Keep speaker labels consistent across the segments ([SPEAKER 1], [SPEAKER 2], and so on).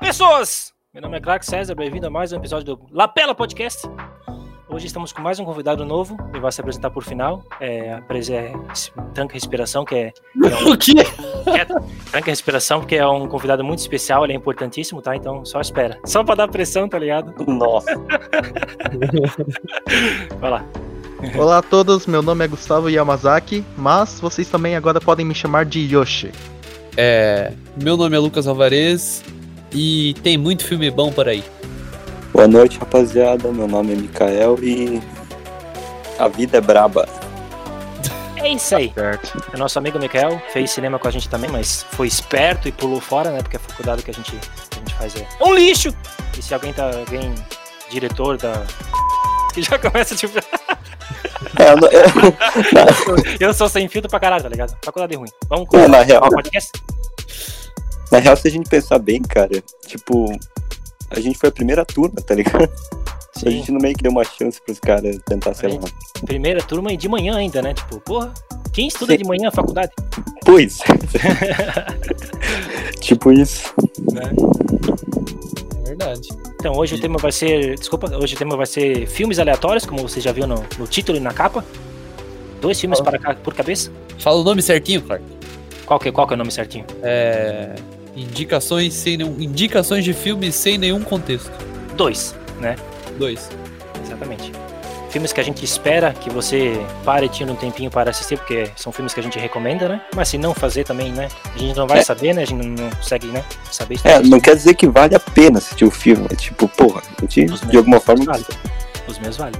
[SPEAKER 1] pessoas! Meu nome é Clark César, bem-vindo a mais um episódio do Lapela Podcast. Hoje estamos com mais um convidado novo, ele vai se apresentar por final. É, apres- é, res- Tranca Respiração, que é,
[SPEAKER 2] Então,
[SPEAKER 3] O quê?
[SPEAKER 1] Tranca Respiração, porque é um convidado muito especial, ele é importantíssimo, tá? Então só espera. Só pra dar pressão, tá ligado?
[SPEAKER 3] Nossa.
[SPEAKER 1] Vai lá.
[SPEAKER 4] Olá a todos, meu nome é Gustavo Yamazaki, mas vocês também agora podem me chamar de Yoshi.
[SPEAKER 2] É, meu nome é Lucas Alvarez e tem muito filme bom por aí.
[SPEAKER 3] Boa noite, rapaziada. Meu nome é Mikael e. A vida é braba.
[SPEAKER 1] É isso aí.
[SPEAKER 4] Certo.
[SPEAKER 1] É nosso amigo Mikael, fez cinema com a gente também, mas foi esperto e pulou fora, né? Porque a faculdade que a gente, que a gente faz é um lixo! E se alguém tá. alguém. diretor da. que já começa tipo.
[SPEAKER 3] É, eu não- eu-
[SPEAKER 1] Eu sou sem filtro pra caralho, tá ligado? Faculdade ruim. Vamos
[SPEAKER 3] É,
[SPEAKER 1] começar
[SPEAKER 3] na real.
[SPEAKER 1] o podcast?
[SPEAKER 3] na real, se a gente pensar bem, cara, tipo. A gente foi a primeira turma, tá ligado? A
[SPEAKER 1] Sim.
[SPEAKER 3] gente não meio que deu uma chance pros caras tentar, sei
[SPEAKER 1] A
[SPEAKER 3] lá.
[SPEAKER 1] Primeira turma e de manhã ainda, né? Tipo, porra, quem estuda de manhã na faculdade?
[SPEAKER 3] Pois. tipo isso.
[SPEAKER 2] É verdade.
[SPEAKER 1] Então hoje o tema vai ser. Desculpa, hoje o tema vai ser filmes aleatórios, como você já viu no, no título e na capa. Dois filmes para ca- por cabeça.
[SPEAKER 2] Fala o nome certinho, Clark.
[SPEAKER 1] Qual que, qual que é o nome certinho?
[SPEAKER 2] É, indicações sem nenhum, indicações de filmes sem nenhum contexto.
[SPEAKER 1] Dois, né?
[SPEAKER 2] Dois.
[SPEAKER 1] Exatamente. Filmes que a gente espera que você pare e tire um tempinho para assistir, porque são filmes que a gente recomenda, né? Mas se não fazer também, né? A gente não vai
[SPEAKER 3] É.
[SPEAKER 1] saber, né? A gente não não consegue, né? Saber se
[SPEAKER 3] É, não quer dizer que vale a pena assistir o filme. É tipo, porra, a gente de alguma forma.
[SPEAKER 1] Vale. Os meus valem.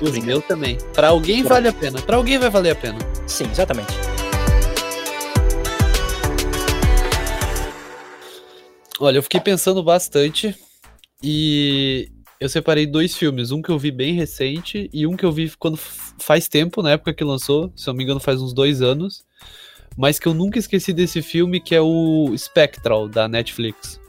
[SPEAKER 2] Os meus também. Pra alguém vale a pena. Pra alguém vai valer a pena.
[SPEAKER 1] Sim, exatamente.
[SPEAKER 2] Olha, eu fiquei pensando bastante e eu separei dois filmes, um que eu vi bem recente e um que eu vi quando f- faz tempo, na época que lançou, se eu não me engano faz uns dois anos, mas que eu nunca esqueci desse filme que é o Spectral da Netflix.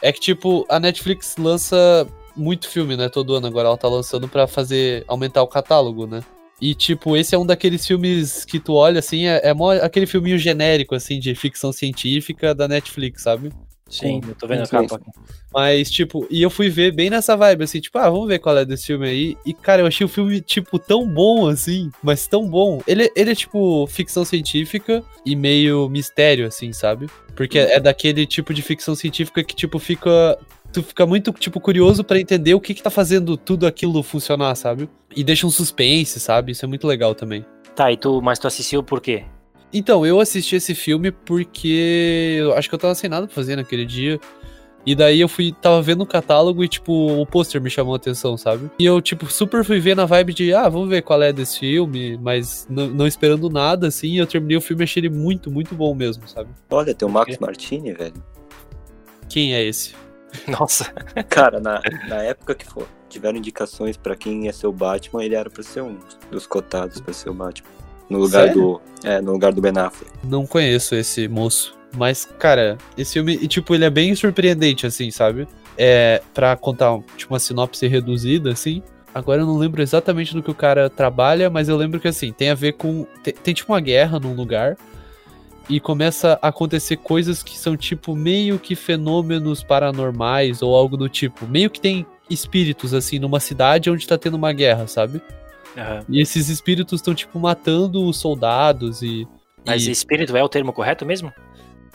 [SPEAKER 2] É que tipo a Netflix lança muito filme, né? Todo ano agora ela tá lançando pra fazer aumentar o catálogo, né? E tipo esse é um daqueles filmes que tu olha assim, é, é mó- aquele filminho genérico assim de ficção científica da Netflix, sabe?
[SPEAKER 1] Sim, eu tô vendo a
[SPEAKER 3] sim,
[SPEAKER 1] capa. aqui.
[SPEAKER 2] Mas, tipo, e eu fui ver bem nessa vibe, assim, tipo, ah, vamos ver qual é desse filme aí. E, cara, eu achei o filme, tipo, tão bom, assim, mas tão bom. Ele, ele é, tipo, ficção científica e meio mistério, assim, sabe? Porque é daquele tipo de ficção científica que, tipo, fica. Tu fica muito, tipo, curioso pra entender o que que tá fazendo tudo aquilo funcionar, sabe? E deixa um suspense, sabe? Isso é muito legal também.
[SPEAKER 1] Tá, e tu, mas tu assistiu por quê?
[SPEAKER 2] Então, eu assisti esse filme porque eu acho que eu tava sem nada pra fazer naquele dia. E daí eu fui, tava vendo o catálogo e, tipo, o pôster me chamou a atenção, sabe? E eu, tipo, super fui ver na vibe de, ah, vamos ver qual é desse filme, mas n- não esperando nada, assim. E eu terminei o filme e achei ele muito, muito bom mesmo, sabe?
[SPEAKER 3] Olha, tem o Max Martini, velho.
[SPEAKER 2] Quem é esse?
[SPEAKER 1] Nossa,
[SPEAKER 3] Cara, na, na época que for, tiveram indicações pra quem ia ser o Batman, ele era pra ser um dos cotados pra ser o Batman. No lugar do. É, no lugar do Ben Affleck.
[SPEAKER 2] Não conheço esse moço. Mas, cara, esse filme, e, tipo, ele é bem surpreendente, assim, sabe? É, pra contar, tipo, uma sinopse reduzida, assim. Agora eu não lembro exatamente do que o cara trabalha, mas eu lembro que, assim, tem a ver com... Tem, tem, tipo, uma guerra num lugar. E começa a acontecer coisas que são, tipo, meio que fenômenos paranormais ou algo do tipo. Meio que tem espíritos, assim, numa cidade onde tá tendo uma guerra, sabe?
[SPEAKER 1] Aham.
[SPEAKER 2] E esses espíritos estão, tipo, matando os soldados e...
[SPEAKER 1] mas
[SPEAKER 2] e-
[SPEAKER 1] espírito é o termo correto mesmo?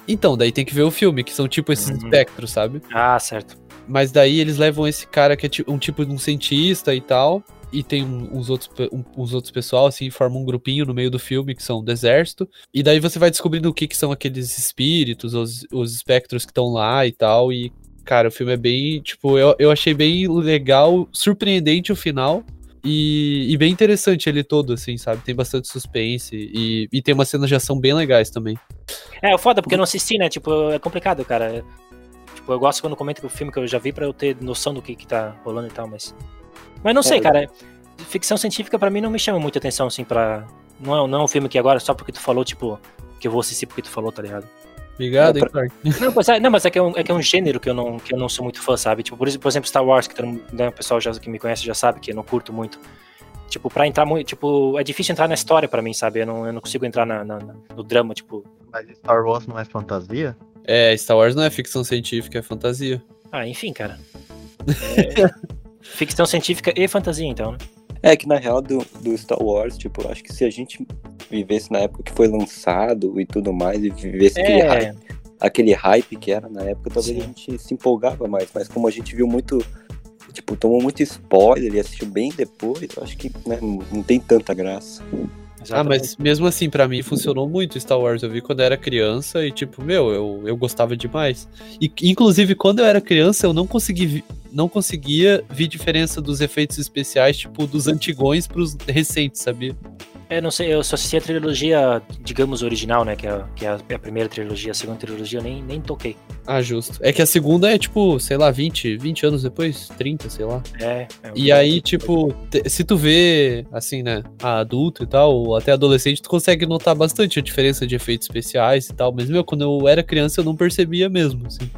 [SPEAKER 2] então, daí tem que ver o filme, que são tipo esses
[SPEAKER 1] Uhum.
[SPEAKER 2] espectros, sabe?
[SPEAKER 1] Ah, certo.
[SPEAKER 2] Mas daí eles levam esse cara que é ti- um tipo de um cientista e tal, e tem um- uns, outros, pe- um- uns outros pessoal, assim, formam um grupinho no meio do filme, que são do exército, e daí você vai descobrindo o que, que são aqueles espíritos, os, os espectros que estão lá e tal, e, cara, o filme é bem, tipo, eu, eu achei bem legal, surpreendente o final, e, e bem interessante ele todo, assim, sabe? Tem bastante suspense, e, e tem umas cenas de ação bem legais também.
[SPEAKER 1] É, o foda porque eu não assisti, né? Tipo, é complicado, cara. Tipo, eu gosto quando comento o filme que eu já vi pra eu ter noção do que, que tá rolando e tal, mas. Mas não sei,
[SPEAKER 3] É.
[SPEAKER 1] cara. Ficção científica pra mim não me chama muita atenção, assim, pra. Não é, não é um filme que agora, só porque tu falou, tipo, que eu vou assistir porque tu falou, tá ligado?
[SPEAKER 2] Obrigado,
[SPEAKER 3] É,
[SPEAKER 2] hein,
[SPEAKER 3] pra-
[SPEAKER 2] Clark?
[SPEAKER 1] Não, mas é, não, mas é que é um, é que é um gênero que eu, não, que eu não sou muito fã, sabe? Tipo, por, isso- por exemplo, Star Wars, que todo mundo- né, o pessoal já, que me conhece já sabe que eu não curto muito. Tipo, pra entrar muito. Tipo, é difícil entrar na história pra mim, sabe? Eu não, eu não consigo entrar na, na- na- no drama, tipo.
[SPEAKER 4] Mas Star Wars não é fantasia?
[SPEAKER 2] É, Star Wars não é ficção científica, é fantasia.
[SPEAKER 1] Ah, enfim, cara. É... Ficção científica e fantasia, então, né?
[SPEAKER 3] É que na real do, do Star Wars, tipo, eu acho que se a gente vivesse na época que foi lançado e tudo mais, e vivesse aquele,
[SPEAKER 2] Ah,
[SPEAKER 1] É,
[SPEAKER 3] hype, aquele hype que era na época, talvez
[SPEAKER 1] Sim.
[SPEAKER 3] a gente se empolgava mais. Mas como a gente viu muito, tipo, tomou muito spoiler e assistiu bem depois, eu acho que né, não não tem tanta graça.
[SPEAKER 2] Ah,
[SPEAKER 1] exatamente.
[SPEAKER 2] mas mesmo assim, pra mim funcionou muito Star Wars. Eu vi quando eu era criança e, tipo, meu, eu, eu gostava demais. E, inclusive, quando eu era criança, eu não, consegui, vi- não conseguia ver diferença dos efeitos especiais, tipo, dos antigões pros recentes, sabia?
[SPEAKER 1] É, não sei, eu só assisti a trilogia, digamos, original, né? Que é, que é a- a primeira trilogia, a segunda trilogia eu nem, nem toquei.
[SPEAKER 2] Ah, justo. É que a segunda é, tipo, sei lá, 20, 20 anos depois, 30, sei lá.
[SPEAKER 1] É, é
[SPEAKER 2] E aí, tipo, te- se tu vê, assim, né, a adulto e tal, ou até adolescente, tu consegue notar bastante a diferença de efeitos especiais e tal. Mas, meu, quando eu era criança, eu não percebia mesmo, assim.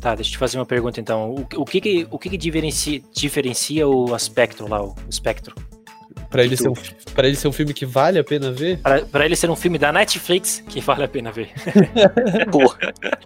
[SPEAKER 1] Tá, deixa eu te fazer uma pergunta então. O, o que que, o que, que diferenci- diferencia, o aspecto lá, o, o espectro?
[SPEAKER 2] Pra ele, ser um, fi- pra ele ser um filme que vale a pena ver?
[SPEAKER 1] Pra, pra ele ser um filme da Netflix, que vale a pena ver.
[SPEAKER 3] Porra,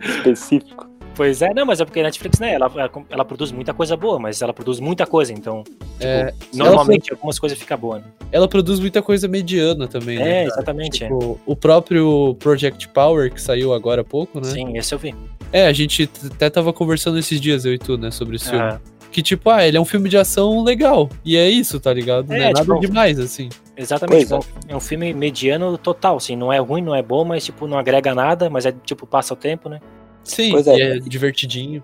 [SPEAKER 3] específico.
[SPEAKER 1] Pois é, não, mas é porque a Netflix, né, ela, ela, ela produz muita coisa boa, mas ela produz muita coisa, então
[SPEAKER 2] É,
[SPEAKER 1] normalmente algumas coisas ficam boas. Né?
[SPEAKER 2] ela produz muita coisa mediana também,
[SPEAKER 1] É,
[SPEAKER 2] né?
[SPEAKER 1] exatamente. é.
[SPEAKER 2] Tipo, o próprio Project Power, que saiu agora há pouco, né?
[SPEAKER 1] Sim, esse eu vi.
[SPEAKER 2] É, a gente t- até tava conversando esses dias, eu e tu, né, sobre esse filme.
[SPEAKER 1] Ah,
[SPEAKER 2] Que, tipo, ah, ele é um filme de ação legal. E é isso, tá ligado?
[SPEAKER 1] É,
[SPEAKER 2] não é nada
[SPEAKER 1] tipo-
[SPEAKER 2] demais, assim.
[SPEAKER 1] exatamente.
[SPEAKER 3] Pois
[SPEAKER 1] É um filme mediano total, assim, não é ruim, não é bom, mas tipo, não agrega nada, mas é tipo, passa o tempo, né?
[SPEAKER 2] Sim,
[SPEAKER 3] Pois
[SPEAKER 2] e
[SPEAKER 3] é.
[SPEAKER 2] é, divertidinho.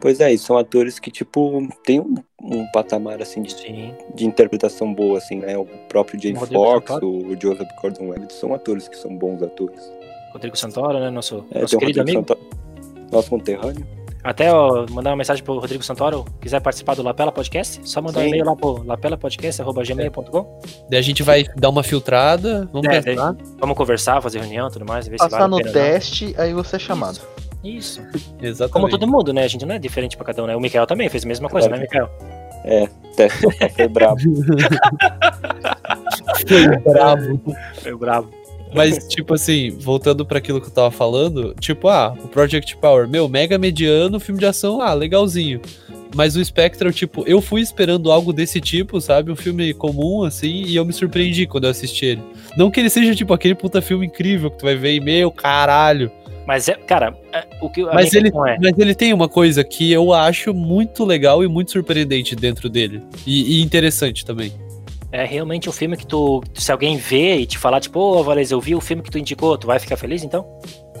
[SPEAKER 3] Pois é, e são atores que, tipo, tem um, um patamar, assim, de,
[SPEAKER 1] Sim.
[SPEAKER 3] de interpretação boa, assim, né? O próprio Jay
[SPEAKER 1] O Rodrigo
[SPEAKER 3] Fox,
[SPEAKER 1] Santoro.
[SPEAKER 3] o Joseph Gordon-Levitt, são atores que são bons atores.
[SPEAKER 1] Rodrigo Santoro, né, nosso,
[SPEAKER 3] É,
[SPEAKER 1] nosso
[SPEAKER 3] tem o
[SPEAKER 1] querido
[SPEAKER 3] Rodrigo
[SPEAKER 1] amigo.
[SPEAKER 3] Santoro, nosso conterrâneo.
[SPEAKER 1] Até ó, mandar uma mensagem pro Rodrigo Santoro, quiser participar do Lapela Podcast, só mandar um
[SPEAKER 3] Sim.
[SPEAKER 1] e-mail lá pro lapelapodcast.gmail.com.
[SPEAKER 2] Daí a gente vai dar uma filtrada, vamos
[SPEAKER 1] É,
[SPEAKER 2] pensar.
[SPEAKER 1] Vamos conversar, fazer reunião e tudo mais, ver se
[SPEAKER 4] Passar
[SPEAKER 1] vale
[SPEAKER 4] no
[SPEAKER 1] a pena, né?
[SPEAKER 4] teste, aí você é chamado.
[SPEAKER 1] Isso.
[SPEAKER 2] Exatamente.
[SPEAKER 1] Como todo mundo, né? A gente não é diferente pra cada um, né? O Mikael também fez a mesma coisa, né,
[SPEAKER 3] Claro.
[SPEAKER 1] Mikael?
[SPEAKER 3] Teste foi É brabo.
[SPEAKER 2] Foi bravo.
[SPEAKER 1] Eu bravo.
[SPEAKER 2] Mas, tipo assim, voltando pra aquilo que eu tava falando, tipo, ah, o Project Power, meu, mega mediano, filme de ação, ah, legalzinho. Mas o Spectre, tipo, eu fui esperando algo desse tipo, sabe? Um filme comum, assim, e eu me surpreendi quando eu assisti ele. Não que ele seja, tipo, aquele puta filme incrível que tu vai ver e, meu, caralho.
[SPEAKER 1] Mas, é, cara, é, o que a
[SPEAKER 2] Mas
[SPEAKER 1] minha
[SPEAKER 2] ele,
[SPEAKER 1] questão é...
[SPEAKER 2] mas ele tem uma coisa que eu acho muito legal e muito surpreendente dentro dele. E, e interessante também.
[SPEAKER 1] É realmente um filme que tu... Se alguém vê e te falar, tipo, ô, Valês, eu vi o filme que tu indicou, tu vai ficar feliz, então?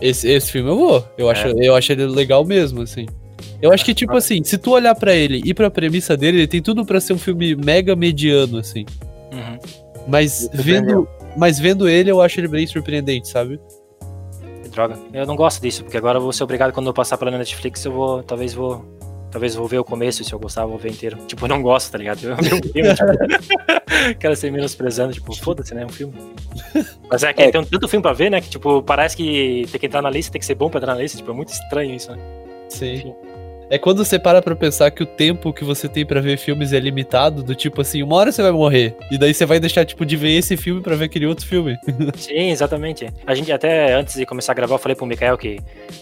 [SPEAKER 2] Esse, esse filme eu vou. Eu acho, eu acho ele legal mesmo, assim. Eu acho que, tipo assim, se tu olhar pra ele e pra premissa dele, ele tem tudo pra ser um filme mega mediano, assim.
[SPEAKER 1] Uhum.
[SPEAKER 2] Mas vendo, mas vendo ele, eu acho ele bem surpreendente, sabe?
[SPEAKER 1] Droga. Eu não gosto disso, porque agora eu vou ser obrigado, quando eu passar pela Netflix, eu vou... Talvez vou... Talvez vou ver o começo, e se eu gostar, eu vou ver inteiro. Tipo, eu não gosto, tá ligado? Eu, eu, eu tipo, quero ser menosprezando, tipo, foda-se, né? Um filme. Mas é que
[SPEAKER 3] É.
[SPEAKER 1] tem tanto filme pra ver, né? Que, tipo, parece que tem que entrar na lista, tem que ser bom pra entrar na lista. Tipo, é muito estranho isso, né?
[SPEAKER 2] Sim. É quando você para pra pensar que o tempo que você tem pra ver filmes é limitado, do tipo assim, uma hora você vai morrer. E daí você vai deixar, tipo, de ver esse filme pra ver aquele outro filme.
[SPEAKER 1] Sim, exatamente. A gente até, antes de começar a gravar, eu falei pro Mikael que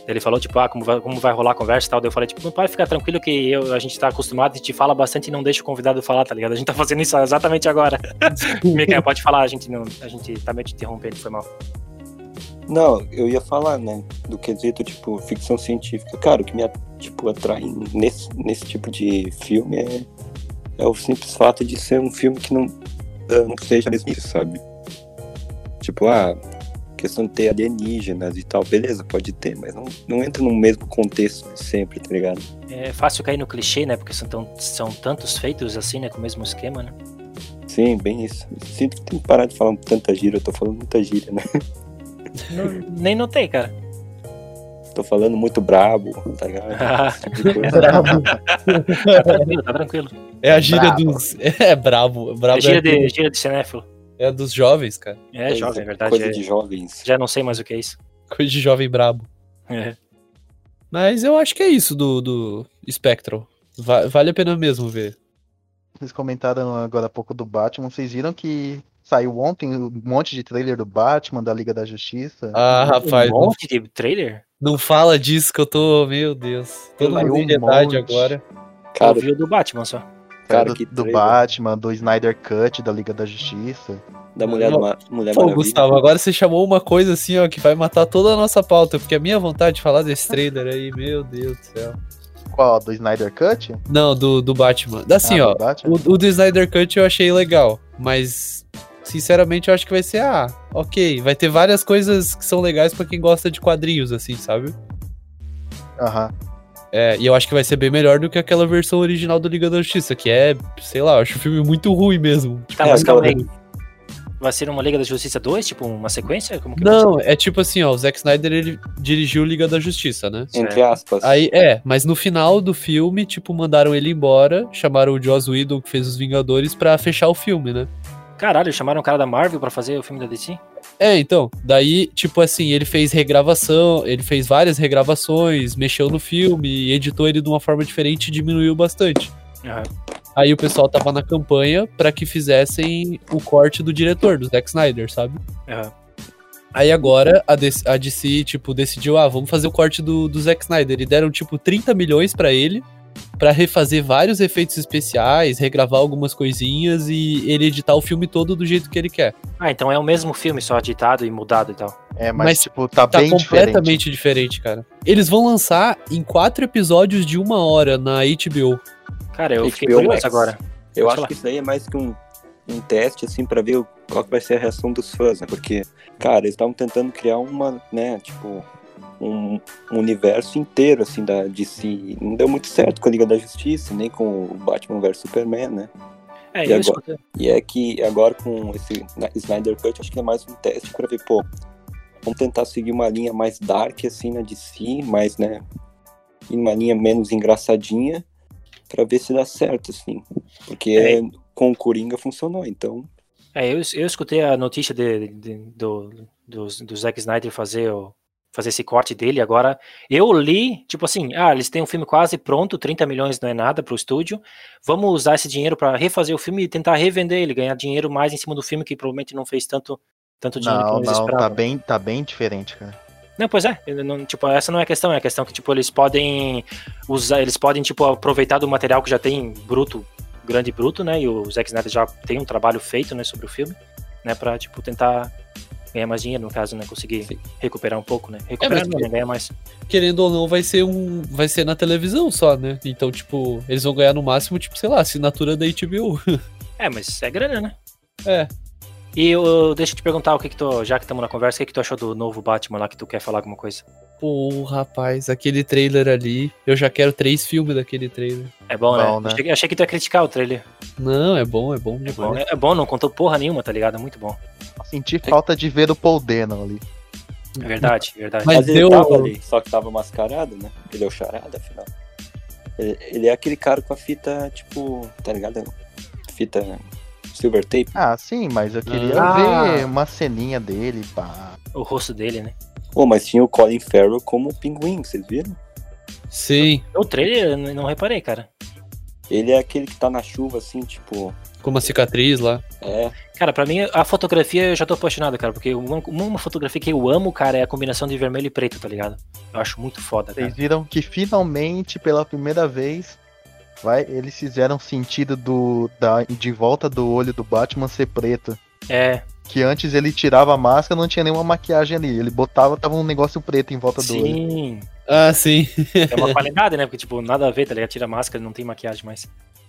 [SPEAKER 1] ele falou, tipo, ah, como vai, como vai rolar a conversa e tal. Daí eu falei, tipo, não pode ficar tranquilo que eu- a gente tá acostumado, a gente fala bastante e não deixa o convidado falar, tá ligado? A gente tá fazendo isso exatamente agora. Mikael, pode falar, a gente não, a gente tá meio te interrompendo, foi mal.
[SPEAKER 3] Não, eu ia falar, né, do quesito, tipo, ficção científica. Cara, o que me, a- tipo, atrai nesse, nesse tipo de filme é, é o simples fato de ser um filme que não, ah, não seja mesmo isso, sabe? Tipo, ah, questão de ter alienígenas e tal, beleza, pode ter, mas não, não entra no mesmo contexto de sempre, tá ligado?
[SPEAKER 1] É fácil cair no clichê, né? Porque são, tão, são tantos feitos assim, né? Com o mesmo esquema, né?
[SPEAKER 3] Sim, bem isso. Sinto que tem que parar de falar tanta gíria, eu tô falando muita gíria, né?
[SPEAKER 1] Não- nem notei, cara.
[SPEAKER 3] Tô falando muito brabo, tá ligado? Esse tipo de coisa.
[SPEAKER 1] tá tranquilo, tá tranquilo.
[SPEAKER 2] É a gíria
[SPEAKER 4] Brabo.
[SPEAKER 2] dos. É, brabo.
[SPEAKER 1] É
[SPEAKER 2] Brabo é,
[SPEAKER 1] gira de, gira de cinéfilo.
[SPEAKER 2] é a dos jovens, cara.
[SPEAKER 1] É, jovem, é verdade.
[SPEAKER 3] Coisa
[SPEAKER 1] é.
[SPEAKER 3] de jovens.
[SPEAKER 1] Já não sei mais o que é isso.
[SPEAKER 2] Coisa de jovem brabo.
[SPEAKER 1] É.
[SPEAKER 2] Mas eu acho que é isso do, do Spectral. Va- vale a pena mesmo ver.
[SPEAKER 4] Vocês comentaram agora há pouco do Batman. Vocês viram que Saiu ontem um monte de trailer do Batman, da Liga da Justiça.
[SPEAKER 2] Ah, rapaz,
[SPEAKER 1] um
[SPEAKER 2] não,
[SPEAKER 1] monte de trailer?
[SPEAKER 2] não fala disso que eu tô. Meu Deus. Todo
[SPEAKER 4] Saiu
[SPEAKER 2] mundo tem
[SPEAKER 4] um
[SPEAKER 2] idade
[SPEAKER 4] monte.
[SPEAKER 2] agora.
[SPEAKER 3] Cara,
[SPEAKER 1] Eu vi o do Batman só.
[SPEAKER 3] cara,
[SPEAKER 4] do,
[SPEAKER 3] que
[SPEAKER 4] do
[SPEAKER 3] trailer.
[SPEAKER 4] Batman, do Snyder Cut, da Liga da Justiça.
[SPEAKER 3] da Mulher,
[SPEAKER 2] Não.
[SPEAKER 3] Ma-
[SPEAKER 4] é
[SPEAKER 3] mulher
[SPEAKER 2] Pô,
[SPEAKER 3] Maravilha.
[SPEAKER 2] Gustavo, agora você chamou uma coisa assim, ó, que vai matar toda a nossa pauta, porque a minha vontade de falar desse trailer aí, meu Deus do céu.
[SPEAKER 4] Qual? Do Snyder Cut?
[SPEAKER 2] Não, do, do Batman. Assim,
[SPEAKER 4] Ah,
[SPEAKER 2] ó,
[SPEAKER 4] do Batman?
[SPEAKER 2] O, o do Snyder Cut eu achei legal, mas sinceramente eu acho que vai ser, ah, ok. Vai ter várias coisas que são legais pra quem gosta de quadrinhos, assim, sabe?
[SPEAKER 4] Aham.
[SPEAKER 2] É, e eu acho que vai ser bem melhor do que aquela versão original do Liga da Justiça, que é, sei lá, eu acho o filme muito ruim mesmo.
[SPEAKER 1] Tá,
[SPEAKER 3] É,
[SPEAKER 1] mas
[SPEAKER 3] aquela
[SPEAKER 1] calma aí. Vai ser uma Liga da Justiça 2, tipo, uma sequência? Como que vai ser?
[SPEAKER 2] Não, é tipo assim, ó, o Zack Snyder ele dirigiu Liga da Justiça, né?
[SPEAKER 3] Entre aspas.
[SPEAKER 2] Aí, é, mas no final do filme, tipo, mandaram ele embora, chamaram o Joss Whedon, que fez os Vingadores, pra fechar o filme, né?
[SPEAKER 1] Caralho, chamaram o cara da Marvel pra fazer o filme da DC?
[SPEAKER 2] É, então, daí, tipo assim, ele fez regravação, ele fez várias regravações, mexeu no filme, editou ele de uma forma diferente e diminuiu bastante.
[SPEAKER 1] Aham.
[SPEAKER 2] Aí o pessoal tava na campanha pra que fizessem o corte do diretor, do Zack Snyder, sabe?
[SPEAKER 1] Aham.
[SPEAKER 2] Aí agora a DC, a DC, tipo, decidiu, ah, vamos fazer o corte do, do Zack Snyder. E deram, tipo, 30 milhões pra ele, pra refazer vários efeitos especiais, regravar algumas coisinhas e ele editar o filme todo do jeito que ele quer.
[SPEAKER 1] Ah, então é o mesmo filme, só editado e mudado e tal.
[SPEAKER 4] É, mas,
[SPEAKER 2] Mas
[SPEAKER 4] tipo, tá,
[SPEAKER 2] Tá
[SPEAKER 4] bem diferente.
[SPEAKER 2] completamente diferente. cara. Eles vão lançar em quatro episódios de uma hora na HBO.
[SPEAKER 1] Cara, eu
[SPEAKER 3] HBO
[SPEAKER 1] fiquei curioso
[SPEAKER 3] Max.
[SPEAKER 1] agora.
[SPEAKER 3] Eu
[SPEAKER 1] Pode
[SPEAKER 3] acho
[SPEAKER 1] falar.
[SPEAKER 3] que isso daí é mais que um, um teste, assim, pra ver o- qual que vai ser a reação dos fãs, né? Porque, cara, eles estavam tentando criar uma, né, tipo, um, um universo inteiro, assim, da DC. E Não deu muito certo com a Liga da Justiça, nem com o Batman vs Superman, né?
[SPEAKER 1] É,
[SPEAKER 3] E
[SPEAKER 1] eu
[SPEAKER 3] agora?
[SPEAKER 1] escutei.
[SPEAKER 3] E é que agora com esse na- Snyder Cut, acho que é mais um teste pra ver, pô, vamos tentar seguir uma linha mais dark, assim, na DC, mais, né, e uma linha menos engraçadinha, pra ver se dá certo, assim. Porque
[SPEAKER 1] É.
[SPEAKER 3] é, com o Coringa funcionou, então...
[SPEAKER 1] É, eu, eu escutei a notícia de- de- do, do, do Zack Snyder fazer, o- fazer esse corte dele agora. Eu li, tipo assim, ah, eles têm um filme quase pronto, 30 milhões não é nada pro estúdio. Vamos usar esse dinheiro pra refazer o filme e tentar revender ele, ganhar dinheiro mais em cima do filme que provavelmente não fez tanto, tanto dinheiro
[SPEAKER 4] Não,
[SPEAKER 1] como eles
[SPEAKER 4] não, tá
[SPEAKER 1] esperavam.
[SPEAKER 4] bem, tá bem diferente, cara.
[SPEAKER 1] Não, pois é, eu não- tipo, essa não é a questão, é a questão que tipo eles podem usar, eles podem tipo aproveitar do material que já tem bruto, grande bruto, né? E o Zack Snyder já tem um trabalho feito, né, sobre o filme, né, para tipo tentar ganhar mais dinheiro, no caso, né, conseguir
[SPEAKER 2] Sim. É,
[SPEAKER 1] recuperar um pouco, né? Recuperar,
[SPEAKER 2] mas-
[SPEAKER 1] não, né, ganhar mais.
[SPEAKER 2] Querendo ou não, vai ser um. Vai ser na televisão só, né? Então, tipo, eles vão ganhar no máximo, tipo, sei lá, assinatura da HBO.
[SPEAKER 1] É, mas é grana, né?
[SPEAKER 2] É.
[SPEAKER 1] E eu, deixa eu te perguntar o que que tu, já que estamos na conversa, o que que tu achou do novo Batman lá que tu quer falar alguma coisa?
[SPEAKER 2] Pô, rapaz, aquele trailer ali. Eu já quero três filmes daquele trailer.
[SPEAKER 1] É bom, né?
[SPEAKER 4] Bom, né?
[SPEAKER 1] Eu cheguei- achei que tu ia criticar o trailer.
[SPEAKER 2] Não, é bom, é bom.
[SPEAKER 1] É
[SPEAKER 2] demais.
[SPEAKER 1] bom, é bom, não contou porra nenhuma, tá ligado? É muito bom.
[SPEAKER 4] Eu Senti falta de ver o Paul Dano ali.
[SPEAKER 1] É verdade, é verdade.
[SPEAKER 2] Mas
[SPEAKER 3] Mas ele
[SPEAKER 2] deu-
[SPEAKER 3] tava ali, só que tava mascarado, né? Ele é o charada, afinal. Ele, ele é aquele cara com a fita, tipo, tá ligado? Fita silver tape.
[SPEAKER 4] Ah, sim, mas eu queria
[SPEAKER 1] Ah.
[SPEAKER 4] ver uma ceninha dele, pá.
[SPEAKER 1] O rosto dele, né?
[SPEAKER 3] Pô, mas tinha o Colin Farrell como pinguim, vocês viram?
[SPEAKER 2] Sim.
[SPEAKER 1] O trailer eu n- não reparei, cara.
[SPEAKER 3] Ele é aquele que tá na chuva, assim, tipo...
[SPEAKER 2] Com uma cicatriz lá.
[SPEAKER 3] É,
[SPEAKER 1] Cara, pra mim a fotografia eu já tô apaixonado, cara, porque uma, uma fotografia que eu amo, cara, é a combinação de vermelho e preto, tá ligado? Eu acho muito foda, cara.
[SPEAKER 4] Vocês viram que finalmente, pela primeira vez, vai, eles fizeram sentido do da, de volta do olho do Batman ser preto.
[SPEAKER 1] É,
[SPEAKER 4] Que antes ele tirava a máscara, não tinha nenhuma maquiagem ali. Ele botava, tava um negócio preto em volta do olho.
[SPEAKER 1] sim.
[SPEAKER 2] Ah, sim.
[SPEAKER 1] É uma qualidade, né? Porque, tipo, nada a ver, tá ligado? Tira a máscara, não tem maquiagem mais.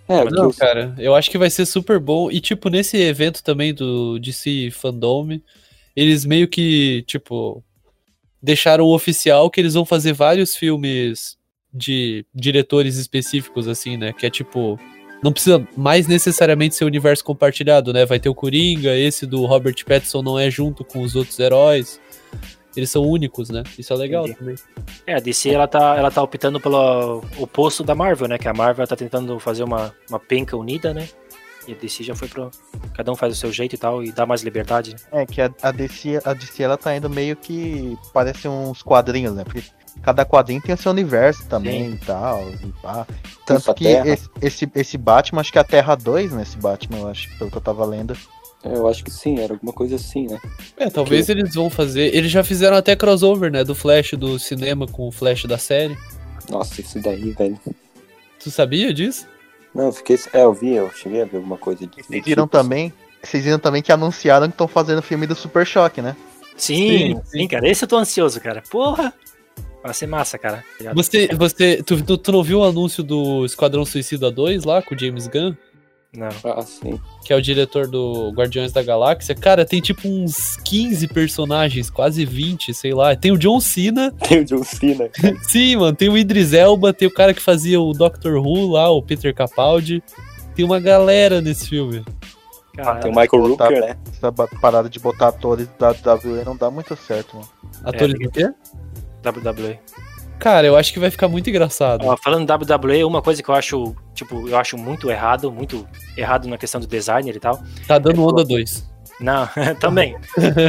[SPEAKER 3] é
[SPEAKER 1] Mas
[SPEAKER 3] que
[SPEAKER 2] Não,
[SPEAKER 3] os-
[SPEAKER 2] cara, eu acho que vai ser super bom. E, tipo, nesse evento também do DC Fandome, eles meio que, tipo, deixaram oficial que eles vão fazer vários filmes de diretores específicos, assim, né? Que é tipo. Não precisa mais necessariamente ser universo compartilhado, né? Vai ter o Coringa, esse do Robert Pattinson não é junto com os outros heróis. Eles são únicos, né? Isso é legal
[SPEAKER 1] Entendi.
[SPEAKER 2] também.
[SPEAKER 1] É, a DC ela tá, ela tá optando pelo oposto da Marvel, né? Que a Marvel tá tentando fazer uma, uma penca unida, né? E a DC já foi pro. Cada um faz o seu jeito e tal, e dá mais liberdade. né?
[SPEAKER 4] É, que a, a DC, a DC ela tá indo meio que. Parece uns quadrinhos, né? Porque cada quadrinho tem o seu universo também e tal. E pá. Tanto
[SPEAKER 3] sua
[SPEAKER 4] que
[SPEAKER 3] terra.
[SPEAKER 4] esse, esse, esse Batman, acho que é a Terra 2, né? Esse Batman, eu acho, pelo que eu tava lendo.
[SPEAKER 3] É, Eu acho que sim, era alguma coisa assim, né?
[SPEAKER 2] É, talvez eles vão fazer. Eles já fizeram até crossover, né? Do Flash do cinema com o Flash da série.
[SPEAKER 3] Nossa, isso daí, velho.
[SPEAKER 2] Tu sabia disso?
[SPEAKER 3] Não, eu fiquei. É, eu vi, eu cheguei a ver alguma coisa de.
[SPEAKER 4] Vocês viram também? Vocês viram também que anunciaram que estão fazendo o filme do Super Choque, né?
[SPEAKER 1] Sim,
[SPEAKER 2] Sim,
[SPEAKER 1] sim, cara. Esse eu tô ansioso, cara. Porra! Vai ser massa, cara. tá
[SPEAKER 2] Você, você, tu, tu, tu não viu o anúncio do Esquadrão Suicida 2 lá com o James Gunn,
[SPEAKER 1] Não.
[SPEAKER 3] Ah, sim.
[SPEAKER 2] que é o diretor do Guardiões da Galáxia? Cara, tem tipo uns 15 personagens, quase 20, sei lá. Tem o John Cena,
[SPEAKER 3] Tem o John Cena.
[SPEAKER 2] sim, mano, tem o Idris Elba, tem o cara que fazia o Doctor Who lá, o Peter Capaldi. Tem uma galera nesse filme.
[SPEAKER 1] Cara,
[SPEAKER 3] Ah, Tem o Michael
[SPEAKER 4] Botar-
[SPEAKER 3] Rooker, né?
[SPEAKER 4] Essa ba- parada de botar atores da WWE não dá muito certo, né? mano.
[SPEAKER 2] Atores
[SPEAKER 1] É,
[SPEAKER 2] do quê?
[SPEAKER 1] WWE.
[SPEAKER 2] Cara, eu acho que vai ficar muito engraçado.
[SPEAKER 1] Ó, falando em WWE, uma coisa que eu acho, tipo, eu acho muito errado, muito errado na questão do designer e tal.
[SPEAKER 2] Tá dando onda 2.
[SPEAKER 1] Não, também.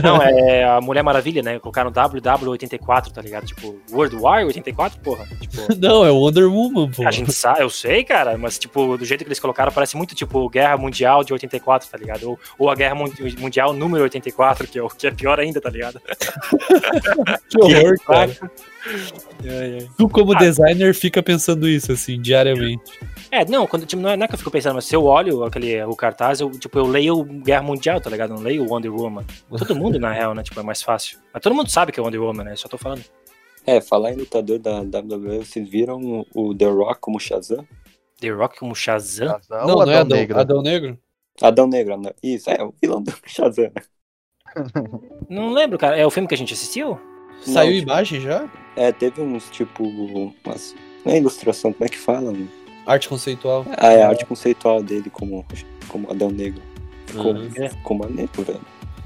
[SPEAKER 1] Não, é a Mulher Maravilha, né? Colocaram WW84, tá ligado? Tipo, World War 84, porra. Tipo,
[SPEAKER 2] Não, é o Wonder Woman, pô.
[SPEAKER 1] a gente sabe, eu sei, cara, mas, tipo, do jeito que eles colocaram, parece muito, tipo, Guerra Mundial de 84, tá ligado? Ou, ou a Guerra Mun- Mundial número 84, que é, o- que é pior ainda, tá ligado?
[SPEAKER 2] Que horror, cara.
[SPEAKER 1] É, é.
[SPEAKER 2] Tu, como
[SPEAKER 1] Ah.
[SPEAKER 2] designer, fica pensando isso, assim, diariamente.
[SPEAKER 1] É, não, quando, tipo, não, é, não é que eu fico pensando, mas se eu olho aquele, o cartaz, eu, tipo, eu leio Guerra Mundial, tá ligado? Eu Não leio Wonder Woman. Todo mundo, na real, né? Tipo, é mais fácil. Mas todo mundo sabe que é Wonder Woman, né? Só tô falando.
[SPEAKER 3] É, falar em lutador da WWE, vocês viram o The Rock como Shazam?
[SPEAKER 1] The Rock como Shazam?
[SPEAKER 4] Casal
[SPEAKER 2] Não,
[SPEAKER 4] ou
[SPEAKER 2] não é Adão,
[SPEAKER 4] Adão Negro? né?
[SPEAKER 2] Adão Negro?
[SPEAKER 3] Adão Negro, né? Isso, é, o vilão do Shazam. né?
[SPEAKER 1] Não lembro, cara. É o filme que a gente assistiu?
[SPEAKER 3] Não,
[SPEAKER 2] Saiu
[SPEAKER 3] tipo,
[SPEAKER 2] imagem já?
[SPEAKER 3] É, teve uns, tipo, umas... Não é ilustração, como é que fala? né?
[SPEAKER 2] Arte conceitual.
[SPEAKER 3] Ah, é a arte conceitual dele como, como Adão Negro. Ficou, é,
[SPEAKER 2] Uhum.
[SPEAKER 3] ficou maneiro, velho.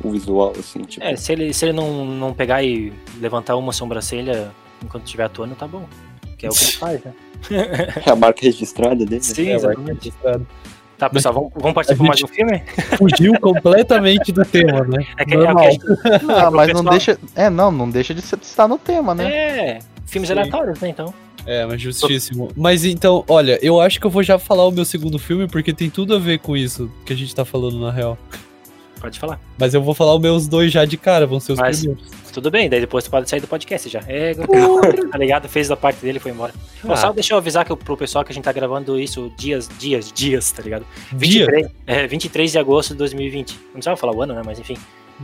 [SPEAKER 3] O visual, assim, tipo...
[SPEAKER 1] É, se ele, se ele não, não pegar e levantar uma sobrancelha enquanto estiver atuando, tá bom. Que é o que ele faz, né?
[SPEAKER 3] É a marca registrada dele. né?
[SPEAKER 1] Sim,
[SPEAKER 2] É,
[SPEAKER 1] exatamente.
[SPEAKER 2] Cara,
[SPEAKER 1] Tá, pessoal, vamos, vamos partir
[SPEAKER 2] A
[SPEAKER 1] pra mais um filme?
[SPEAKER 2] Fugiu completamente do tema, né?
[SPEAKER 1] É que, é, o
[SPEAKER 2] Normal.
[SPEAKER 1] que a gente-
[SPEAKER 4] Ah, mas
[SPEAKER 1] pessoal-
[SPEAKER 4] não deixa. É, não, não deixa de ser- de estar no tema, né?
[SPEAKER 1] é, filmes
[SPEAKER 2] Sim.
[SPEAKER 1] aleatórios, né, então.
[SPEAKER 2] É, mas justíssimo. Mas então, olha, eu acho que eu vou já falar o meu segundo filme, porque tem tudo a ver com isso que a gente tá falando na real.
[SPEAKER 1] Pode falar.
[SPEAKER 2] Mas eu vou falar os meus dois já de cara, vão ser os
[SPEAKER 1] Mas-
[SPEAKER 2] primeiros.
[SPEAKER 1] Tudo bem, daí depois tu pode sair do podcast já. É, tá ligado? Fez da parte dele e foi embora. Ô,
[SPEAKER 2] Ah,
[SPEAKER 1] Só deixa eu avisar que, eu- pro pessoal que a gente tá gravando isso dias, dias, dias, tá ligado?
[SPEAKER 2] dia.
[SPEAKER 1] 23, é, 23 de agosto de 2020. Não precisava falar o ano, né? Mas enfim.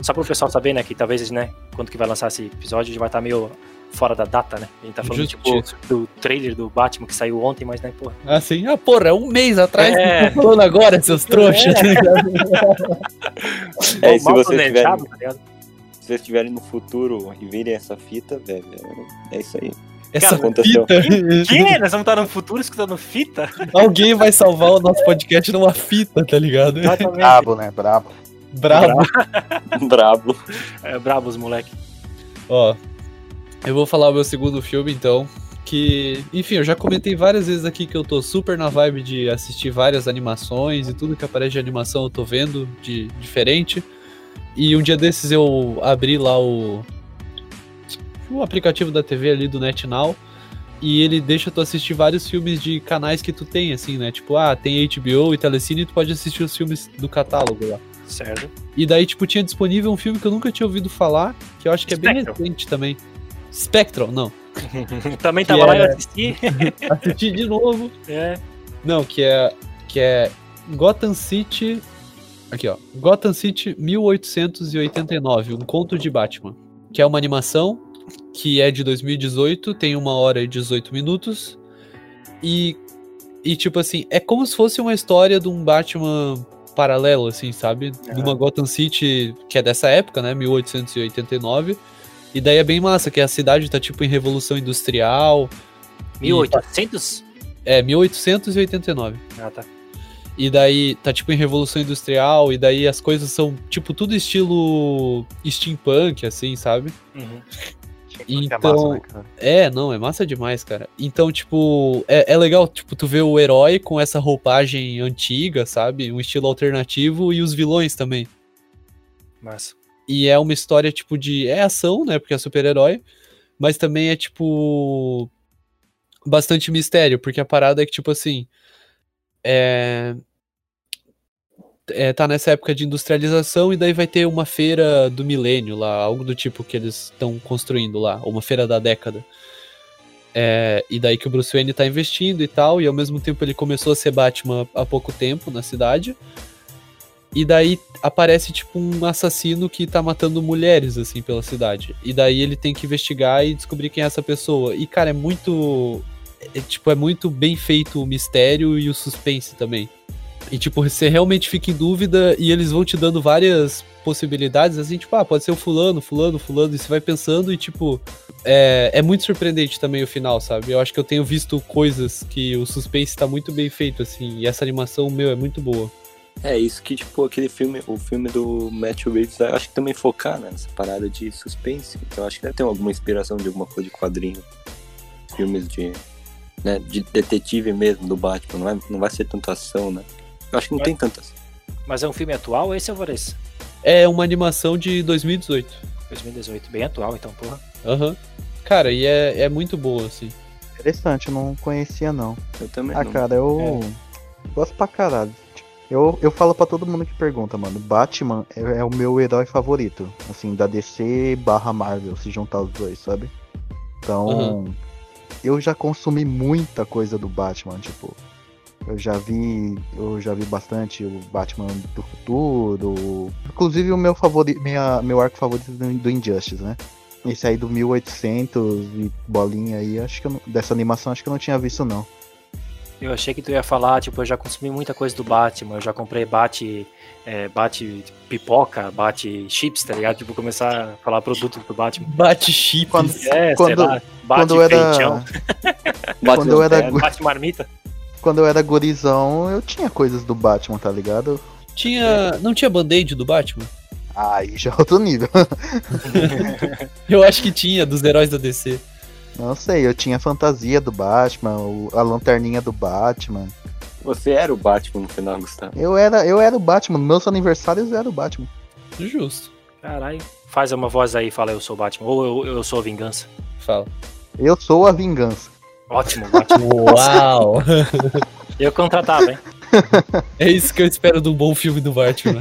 [SPEAKER 1] Só pro pessoal saber, né? Que talvez, né? Quando que vai lançar esse episódio, a gente vai estar meio fora da data, né? A gente tá falando, tipo,
[SPEAKER 2] Justiça.
[SPEAKER 1] do trailer do Batman que saiu ontem, mas, né, porra.
[SPEAKER 2] Assim, ah, porra, é um mês atrás que
[SPEAKER 1] É.
[SPEAKER 2] eu tô falando agora, seus trouxas. tá ligado?
[SPEAKER 3] É,
[SPEAKER 1] mal-
[SPEAKER 3] e se
[SPEAKER 1] mal
[SPEAKER 3] vocês
[SPEAKER 1] planejado,
[SPEAKER 3] tiverem-
[SPEAKER 1] tá ligado?
[SPEAKER 3] Se vocês estiverem no futuro e virem essa fita, velho, é isso aí.
[SPEAKER 2] Essa
[SPEAKER 3] aconteceu.
[SPEAKER 2] fita.
[SPEAKER 1] Que? é? Nós vamos estar no futuro escutando fita?
[SPEAKER 2] Alguém vai salvar o nosso podcast numa fita, tá ligado?
[SPEAKER 1] Exatamente.
[SPEAKER 3] Ah.
[SPEAKER 4] Brabo, né? Brabo.
[SPEAKER 2] Bravo.
[SPEAKER 3] Brabo.
[SPEAKER 1] É, bravos, moleque.
[SPEAKER 2] Ó, eu vou falar o meu segundo filme, então. Que, enfim, eu já comentei várias vezes aqui que eu tô super na vibe de assistir várias animações e tudo que aparece de animação eu tô vendo de diferente. E um dia desses eu abri lá o, o aplicativo da TV ali do NetNow e ele deixa tu assistir vários filmes de canais que tu tem, assim, né? Tipo, ah, tem HBO e Telecine, tu pode assistir os filmes do catálogo né? lá.
[SPEAKER 1] Certo.
[SPEAKER 2] E daí, tipo, tinha disponível um filme que eu nunca tinha ouvido falar, que eu acho que é bem
[SPEAKER 1] Spectral.
[SPEAKER 2] recente também. Spectral, não.
[SPEAKER 1] Também tava
[SPEAKER 2] Que
[SPEAKER 1] lá e eu
[SPEAKER 2] era-
[SPEAKER 1] assisti.
[SPEAKER 2] Assisti de novo.
[SPEAKER 1] É.
[SPEAKER 2] Não, que é. Que é Gotham City. Aqui, ó. Gotham City 1889, um conto de Batman. Que é uma animação que é de 2018, tem uma hora e 18 minutos. E. E, tipo assim, é como se fosse uma história de um Batman paralelo, assim, sabe? De uma Gotham City que é dessa época, né? 1889. E daí é bem massa, que a cidade tá, tipo, em revolução industrial.
[SPEAKER 1] 1800?
[SPEAKER 2] É, 1889.
[SPEAKER 1] Ah, tá.
[SPEAKER 2] E daí tá tipo em Revolução Industrial, e daí as coisas são tipo tudo estilo steampunk, assim, sabe?
[SPEAKER 1] Uhum.
[SPEAKER 2] Então-
[SPEAKER 4] É massa, né, cara?
[SPEAKER 2] É, não, é massa demais, cara. Então, tipo, é, é legal, tipo, tu vê o herói com essa roupagem antiga, sabe? Um estilo alternativo e os vilões também.
[SPEAKER 1] Mas.
[SPEAKER 2] E é uma história, tipo, de. É ação, né? Porque é super-herói. Mas também é, tipo. Bastante mistério, porque a parada é que, tipo assim. É. é, tá nessa época de industrialização e daí vai ter uma feira do milênio lá, algo do tipo que eles estão construindo lá, ou uma feira da década. É, e daí que o Bruce Wayne tá investindo e tal, e ao mesmo tempo ele começou a ser Batman há pouco tempo na cidade. E daí aparece tipo um assassino que tá matando mulheres assim pela cidade. E daí ele tem que investigar e descobrir quem é essa pessoa. E cara, é muito é, tipo é muito bem feito o mistério e o suspense também. E tipo, você realmente fica em dúvida e eles vão te dando várias possibilidades, assim, tipo, ah, pode ser o fulano, fulano, fulano, e você vai pensando e tipo, é, é muito surpreendente também o final, sabe? Eu acho que eu tenho visto coisas que o suspense tá muito bem feito, assim, e essa animação, meu, é muito boa.
[SPEAKER 3] É isso que, tipo, aquele filme, o filme do Matthew Reeves, eu acho que também focar né, nessa parada de suspense. Então acho que deve ter alguma inspiração de alguma coisa de quadrinho. Filmes de, né, de detetive mesmo, do Batman. Não vai, não vai ser tanta ação, né? Eu acho que não
[SPEAKER 1] Mas-
[SPEAKER 3] tem tantas.
[SPEAKER 1] Mas é um filme atual esse, Alvarez?
[SPEAKER 2] É uma animação de 2018.
[SPEAKER 1] 2018, bem atual, então, porra.
[SPEAKER 2] Aham. Cara, e é, é muito boa, assim.
[SPEAKER 4] Interessante, eu não conhecia não.
[SPEAKER 3] Eu também
[SPEAKER 4] Ah,
[SPEAKER 3] não.
[SPEAKER 4] cara, eu gosto pra caralho. Eu, eu falo pra todo mundo que pergunta, mano, Batman é, é o meu herói favorito, assim, da DC barra Marvel, se juntar os dois, sabe? Então,
[SPEAKER 2] Uhum.
[SPEAKER 4] eu já consumi muita coisa do Batman, tipo, eu já vi, eu já vi bastante o Batman do futuro, inclusive o meu favorito, minha, meu arco favorito do, do Injustice, né? Esse aí do 1800 e bolinha aí, acho que eu não- dessa animação acho que eu não tinha visto não.
[SPEAKER 1] Eu achei que tu ia falar, tipo, eu já consumi muita coisa do Batman, eu já comprei bate, é, bate pipoca, bate chips, tá ligado? Tipo, começar a falar produto do Batman.
[SPEAKER 2] Bate chip.
[SPEAKER 4] Quando-
[SPEAKER 1] É, sei
[SPEAKER 4] Quando-
[SPEAKER 1] lá, bate
[SPEAKER 4] quando eu era
[SPEAKER 1] feijão,
[SPEAKER 3] Bate
[SPEAKER 4] quando eu era
[SPEAKER 3] lanterna.
[SPEAKER 1] bate marmita.
[SPEAKER 4] quando eu era gurizão, eu tinha coisas do Batman, tá ligado?
[SPEAKER 2] Tinha. Não tinha band-aid do Batman?
[SPEAKER 4] Aí já é outro nível.
[SPEAKER 2] Eu acho que tinha, dos heróis da DC.
[SPEAKER 4] Não sei, eu tinha a fantasia do Batman, o- a lanterninha do Batman.
[SPEAKER 3] Você era o Batman no final, Gustavo.
[SPEAKER 4] Eu era, eu era o Batman, nos meus aniversários eu era o Batman.
[SPEAKER 2] Justo.
[SPEAKER 1] Caralho. Faz uma voz aí e fala eu sou o Batman. Ou eu, eu sou a vingança.
[SPEAKER 2] Fala.
[SPEAKER 4] Eu sou a vingança.
[SPEAKER 1] Ótimo, Batman.
[SPEAKER 2] Uau!
[SPEAKER 1] Eu contratava, hein?
[SPEAKER 2] é isso que eu espero de um bom filme do Batman.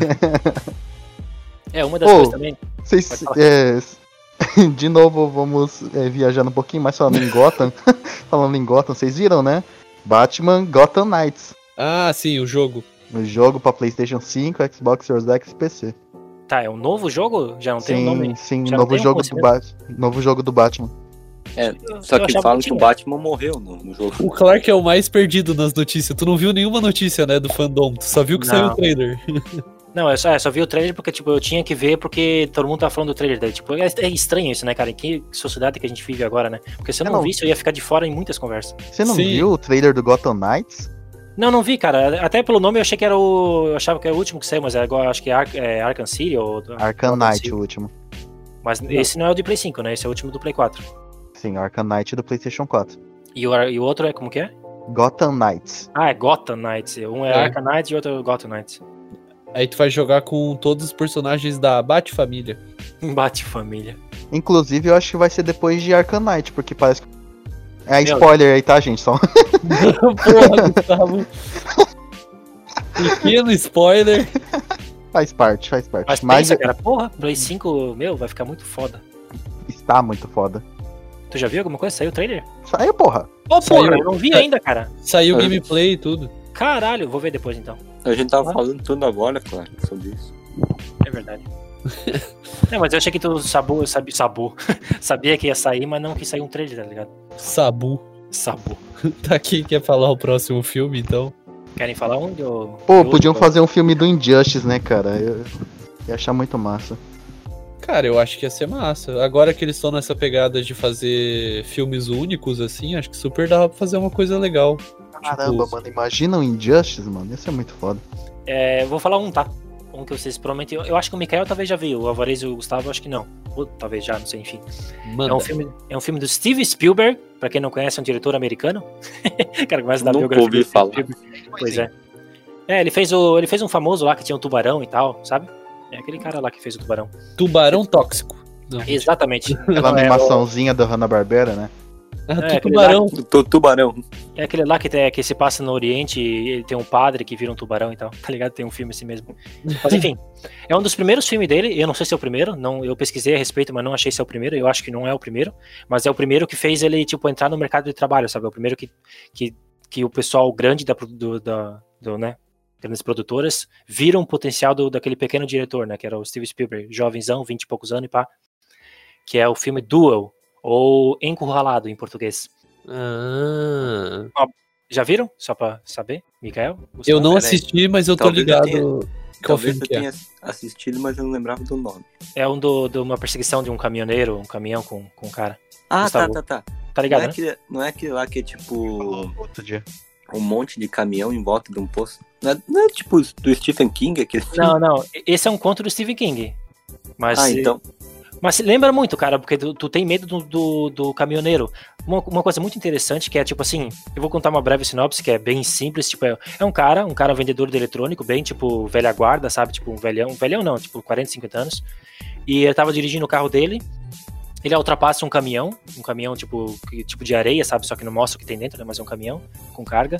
[SPEAKER 1] É, uma das
[SPEAKER 4] Ô.
[SPEAKER 1] coisas também.
[SPEAKER 4] Vocês,
[SPEAKER 1] Pode falar.
[SPEAKER 4] é, s- de novo, vamos é, viajando um pouquinho mais falando em Gotham. falando em Gotham, vocês viram, né? Batman Gotham Knights.
[SPEAKER 2] Ah, sim, o jogo.
[SPEAKER 4] No jogo pra PlayStation 5, Xbox Series X e PC.
[SPEAKER 1] Tá, é um novo jogo? Já não tem um nome?
[SPEAKER 4] Sim, sim,
[SPEAKER 1] Já não
[SPEAKER 4] novo
[SPEAKER 1] tem um
[SPEAKER 4] jogo, do
[SPEAKER 1] conceito?
[SPEAKER 4] Bat- novo jogo do Batman.
[SPEAKER 1] Eu-
[SPEAKER 3] Só
[SPEAKER 1] eu
[SPEAKER 3] que
[SPEAKER 1] achava
[SPEAKER 3] falam que
[SPEAKER 1] tinha.
[SPEAKER 3] o Batman morreu no, no jogo.
[SPEAKER 2] O Clark é o mais perdido nas notícias. Tu não viu nenhuma notícia, né, do fandom. Tu só viu que
[SPEAKER 1] Não.
[SPEAKER 2] saiu o trailer.
[SPEAKER 1] Não, eu só, eu só vi o trailer porque, tipo, eu tinha que ver porque todo mundo tá falando do trailer. Daí, tipo, é, é estranho isso, né, cara? Em que sociedade que a gente vive agora, né? Porque se eu
[SPEAKER 4] É,
[SPEAKER 1] não,
[SPEAKER 4] não.
[SPEAKER 1] visse, eu ia ficar de fora em muitas conversas.
[SPEAKER 4] Você não
[SPEAKER 2] Sim.
[SPEAKER 4] viu o trailer do Gotham Knights?
[SPEAKER 1] Não, não vi, cara. Até pelo nome eu achei que era o. Eu achava que era o último que saiu, mas é agora acho que é, Ar é Arkham City ou.
[SPEAKER 4] Arkham
[SPEAKER 1] Gotham
[SPEAKER 4] Knight,
[SPEAKER 1] City.
[SPEAKER 4] o último.
[SPEAKER 1] Mas esse não é o do Play 5, né? Esse é o último do Play 4.
[SPEAKER 4] Sim, Arkham Knight do PlayStation 4.
[SPEAKER 1] E o, ar- e o outro é como que é?
[SPEAKER 4] Gotham Knights.
[SPEAKER 1] Ah, é Gotham Knights. Um é,
[SPEAKER 2] É.
[SPEAKER 1] Arkham Knights e outro é Gotham Knights.
[SPEAKER 2] Aí tu vai jogar com todos os personagens da Bat-Família.
[SPEAKER 1] Bate família.
[SPEAKER 4] Inclusive, eu acho que vai ser depois de Arkham Knight, porque parece que. É
[SPEAKER 1] Meu-
[SPEAKER 4] spoiler aí, tá, gente? Só...
[SPEAKER 2] Porra, Gustavo. Pequeno spoiler.
[SPEAKER 4] faz parte, faz parte.
[SPEAKER 1] Mas,
[SPEAKER 4] Mas, é-
[SPEAKER 1] pensa, cara, porra, Play 5, meu, vai ficar muito foda.
[SPEAKER 4] está muito foda.
[SPEAKER 1] Tu já viu alguma coisa? Saiu o trailer?
[SPEAKER 4] Saiu, porra.
[SPEAKER 1] Ô,
[SPEAKER 2] Saiu.
[SPEAKER 1] porra, eu não vi ainda, cara.
[SPEAKER 2] Saiu
[SPEAKER 3] Ah.
[SPEAKER 2] gameplay e tudo.
[SPEAKER 1] Caralho, vou ver depois então.
[SPEAKER 3] A gente tava falando tudo agora, claro, sobre isso.
[SPEAKER 1] É verdade. é, mas eu achei que tu sabu, sabe, sabu. sabia que ia sair, mas não que saiu um trailer, tá ligado?
[SPEAKER 2] Sabu.
[SPEAKER 1] Sabu.
[SPEAKER 2] Tá quem quer falar o próximo filme, então.
[SPEAKER 1] Querem falar um? Eu,
[SPEAKER 4] Pô, podiam fazer um filme do Injustice, né, cara? Eu ia achar muito massa.
[SPEAKER 2] Cara, eu acho que ia ser massa. Agora que eles estão nessa pegada de fazer filmes únicos, assim, acho que super dava pra fazer uma coisa legal.
[SPEAKER 1] Tipo
[SPEAKER 4] Caramba, mano, imagina o Injustice, mano. Isso é muito foda.
[SPEAKER 1] É, vou falar um, tá? Um que vocês provavelmente. Eu, eu acho que o Mikael talvez já viu, o Alvarez e o Gustavo acho que não. Ou talvez já, não sei, enfim.
[SPEAKER 2] Manda.
[SPEAKER 1] É um, filme, é um filme do Steve Spielberg, pra quem não conhece, é um diretor americano. Cara, começa da
[SPEAKER 3] Nunca
[SPEAKER 1] biografia.
[SPEAKER 3] ouvi
[SPEAKER 1] do Steve
[SPEAKER 3] falar.
[SPEAKER 1] Spielberg. Pois é. É, ele fez, o, ele fez um famoso lá que tinha um tubarão e tal, sabe? É aquele cara lá que fez o tubarão.
[SPEAKER 2] Tubarão Tóxico. Não.
[SPEAKER 1] Exatamente.
[SPEAKER 4] Aquela animaçãozinha da Hanna-Barbera, né?
[SPEAKER 2] Ah,
[SPEAKER 1] É,
[SPEAKER 2] tu tubarão.
[SPEAKER 3] Do tu- tubarão.
[SPEAKER 1] É aquele lá que, tem, que se passa no Oriente e ele tem um padre que vira um tubarão e tal, tá ligado? Tem um filme assim mesmo. Mas enfim, é um dos primeiros filmes dele, eu não sei se é o primeiro, não, eu pesquisei a respeito, mas não achei se é o primeiro, eu acho que não é o primeiro, mas é o primeiro que fez ele, tipo, entrar no mercado de trabalho, sabe? É o primeiro que, que, que o pessoal grande da, pro- do, da do, né, grandes produtoras viram o potencial do, daquele pequeno diretor, né, que era o Steve Spielberg, jovenzão, 20 e poucos anos e pá, que é o filme Duel, ou Encurralado em português.
[SPEAKER 2] Ah.
[SPEAKER 1] Já viram? Só pra saber, Mikael? Gustavo?
[SPEAKER 2] Eu não
[SPEAKER 3] Peraí.
[SPEAKER 2] assisti, mas eu tô
[SPEAKER 3] Talvez eu
[SPEAKER 2] ligado
[SPEAKER 3] tenha-
[SPEAKER 2] qual
[SPEAKER 3] Talvez
[SPEAKER 2] filme
[SPEAKER 3] eu
[SPEAKER 2] que é.
[SPEAKER 3] tenha assistido, mas eu não lembrava do nome.
[SPEAKER 1] É um do, de uma perseguição de um caminhoneiro, um caminhão com, com um cara.
[SPEAKER 3] Ah, tá,
[SPEAKER 1] Gustavo.
[SPEAKER 3] tá, tá.
[SPEAKER 1] Tá
[SPEAKER 3] Não
[SPEAKER 1] ligado,
[SPEAKER 3] é,
[SPEAKER 1] né?
[SPEAKER 3] aquele, não é aquele lá que é tipo
[SPEAKER 4] Falou outro dia.
[SPEAKER 3] um monte de caminhão em volta de um poço. Não é, não é tipo do Stephen King aquele filme?
[SPEAKER 1] Não, é não. Esse é um conto do Stephen King. Mas,
[SPEAKER 3] Ah, então.
[SPEAKER 1] mas se lembra muito, cara, porque tu, tu tem medo do, do, do caminhoneiro. Uma, uma coisa muito interessante que é, tipo assim, eu vou contar uma breve sinopse que é bem simples, tipo, é, é um cara, um cara vendedor de eletrônico, bem, tipo, velha guarda, sabe? Tipo, um velhão, velhão não, tipo, 40, 50 anos. E ele tava dirigindo o carro dele, ele ultrapassa um caminhão, um caminhão tipo, que- tipo de areia, sabe? Só que não mostra o que tem dentro, né? Mas é um caminhão com carga.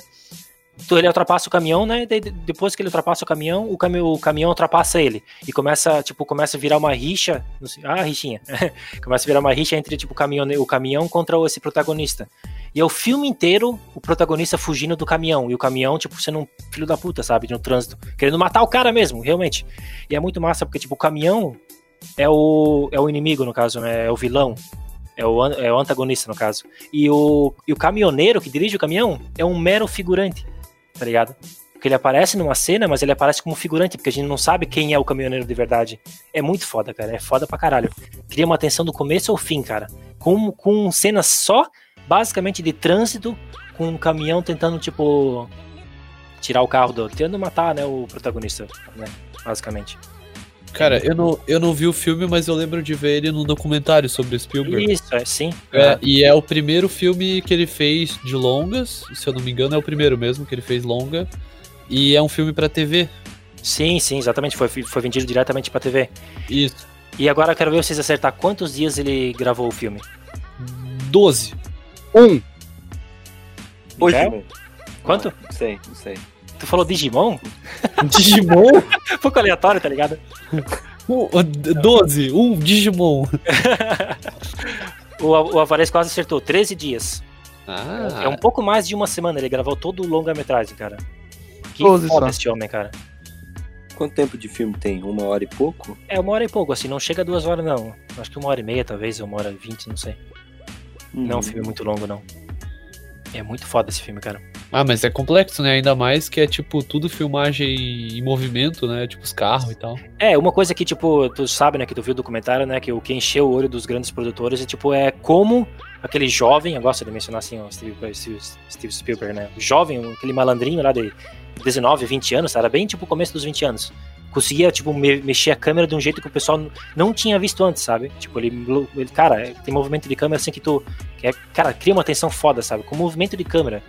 [SPEAKER 1] Então ele ultrapassa o caminhão, né? Daí, de- depois que ele ultrapassa o caminhão, o, cami o caminhão ultrapassa ele. E começa, tipo, começa a virar uma rixa. Não sei, ah, rixinha. começa a virar uma rixa entre, tipo, o caminhão, o caminhão contra esse protagonista. E é o filme inteiro o protagonista fugindo do caminhão. E o caminhão, tipo, sendo um filho da puta, sabe? De um trânsito. Querendo matar o cara mesmo, realmente. E é muito massa, porque, tipo, o caminhão é o, é o inimigo, no caso, né? É o vilão. É o, an- é o antagonista, no caso. E o, e o caminhoneiro que dirige o caminhão é um mero figurante, tá ligado? Porque ele aparece numa cena, mas ele aparece como figurante, porque a gente não sabe quem é o caminhoneiro de verdade. É muito foda, cara. É foda pra caralho. Cria uma tensão do começo ao fim, cara. Com, com cenas só, basicamente, de trânsito, com um caminhão tentando, tipo, tirar o carro do. Tentando matar, né, o protagonista, né? Basicamente.
[SPEAKER 2] Cara, eu não, eu não vi o filme, mas eu lembro de ver ele num documentário sobre o Spielberg.
[SPEAKER 1] Isso, é sim.
[SPEAKER 2] É, e é o primeiro filme que ele fez de longas, se eu não me engano, é o primeiro mesmo que ele fez longa. E é um filme pra TV.
[SPEAKER 1] Sim, sim, exatamente. Foi, foi vendido diretamente pra TV.
[SPEAKER 2] Isso.
[SPEAKER 1] E agora eu quero ver vocês acertar quantos dias ele gravou o filme.
[SPEAKER 2] 12.
[SPEAKER 4] Um!
[SPEAKER 3] Hoje
[SPEAKER 1] Miguel?
[SPEAKER 3] mesmo.
[SPEAKER 1] é? Quanto?
[SPEAKER 3] Não sei, não sei.
[SPEAKER 1] Tu falou Digimon?
[SPEAKER 2] Um Digimon?
[SPEAKER 1] Pouco aleatório, tá ligado?
[SPEAKER 2] Um, uh, d- 12. Um Digimon.
[SPEAKER 1] O, o Alvarez quase acertou, 13 dias.
[SPEAKER 2] Ah,
[SPEAKER 1] É um pouco mais de uma semana, ele gravou todo o longa-metragem, cara. Que
[SPEAKER 4] 12
[SPEAKER 1] foda
[SPEAKER 4] só.
[SPEAKER 1] esse homem, cara.
[SPEAKER 3] Quanto tempo de filme tem? Uma hora e pouco?
[SPEAKER 1] É uma hora e pouco, assim, não chega a duas horas, não. Acho que uma hora e meia, talvez, ou uma hora e vinte, não sei. Não é um
[SPEAKER 3] Hum.
[SPEAKER 1] filme muito longo, não. É muito foda esse filme, cara.
[SPEAKER 2] Ah, mas é complexo, né? Ainda mais que é tipo tudo filmagem em movimento, né? Tipo os carros e tal.
[SPEAKER 1] É, uma coisa que, tipo, tu sabe, né, que tu viu o documentário, né, que o que encheu o olho dos grandes produtores é, tipo, é como aquele jovem, eu gosto de mencionar assim, o Steve, Steve- Steve Spielberg, né, o jovem, aquele malandrinho lá de 19, 20 anos, era bem, tipo, começo dos 20 anos, conseguia, tipo, me- mexer a câmera de um jeito que o pessoal n- não tinha visto antes, sabe? Tipo, ele, ele cara, é- tem movimento de câmera assim que tu, que é, cara, cria uma tensão foda, sabe? Com movimento de câmera.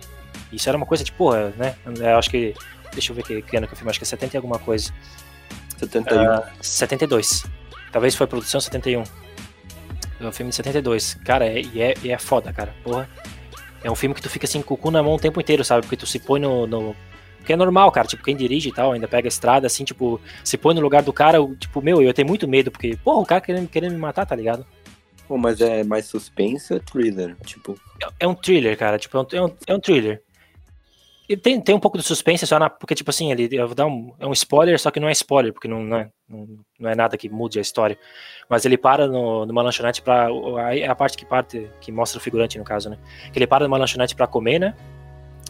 [SPEAKER 1] Isso era uma coisa, tipo, porra, né, eu acho que, deixa eu ver que, que ano que eu filme, acho que é 70 e alguma coisa.
[SPEAKER 3] 71.
[SPEAKER 1] Ah. 72. Talvez foi produção 71. É um filme de 72. Cara, é, e, é, e é foda, cara. Porra. É um filme que tu fica assim com o cu na mão o tempo inteiro, sabe? Porque tu se põe no. no... Porque é normal, cara. Tipo, quem dirige e tal, ainda pega a estrada, assim, tipo, se põe no lugar do cara, eu, tipo, meu, eu tenho muito medo, porque, porra, o cara querendo, querendo me matar, tá ligado?
[SPEAKER 3] Pô, mas é mais suspense ou thriller? Tipo,
[SPEAKER 1] é um thriller, cara. Tipo, é um, é um, é um thriller. E tem, tem um pouco de suspense, só na. Porque, tipo assim, ele, eu vou dar um, é um spoiler, só que não é spoiler, porque não, não, é, não, não é nada que mude a história. Mas ele para no, numa lanchonete pra. o- Aí é a parte que parte, que mostra o figurante, no caso, né? Que ele para numa lanchonete pra comer, né?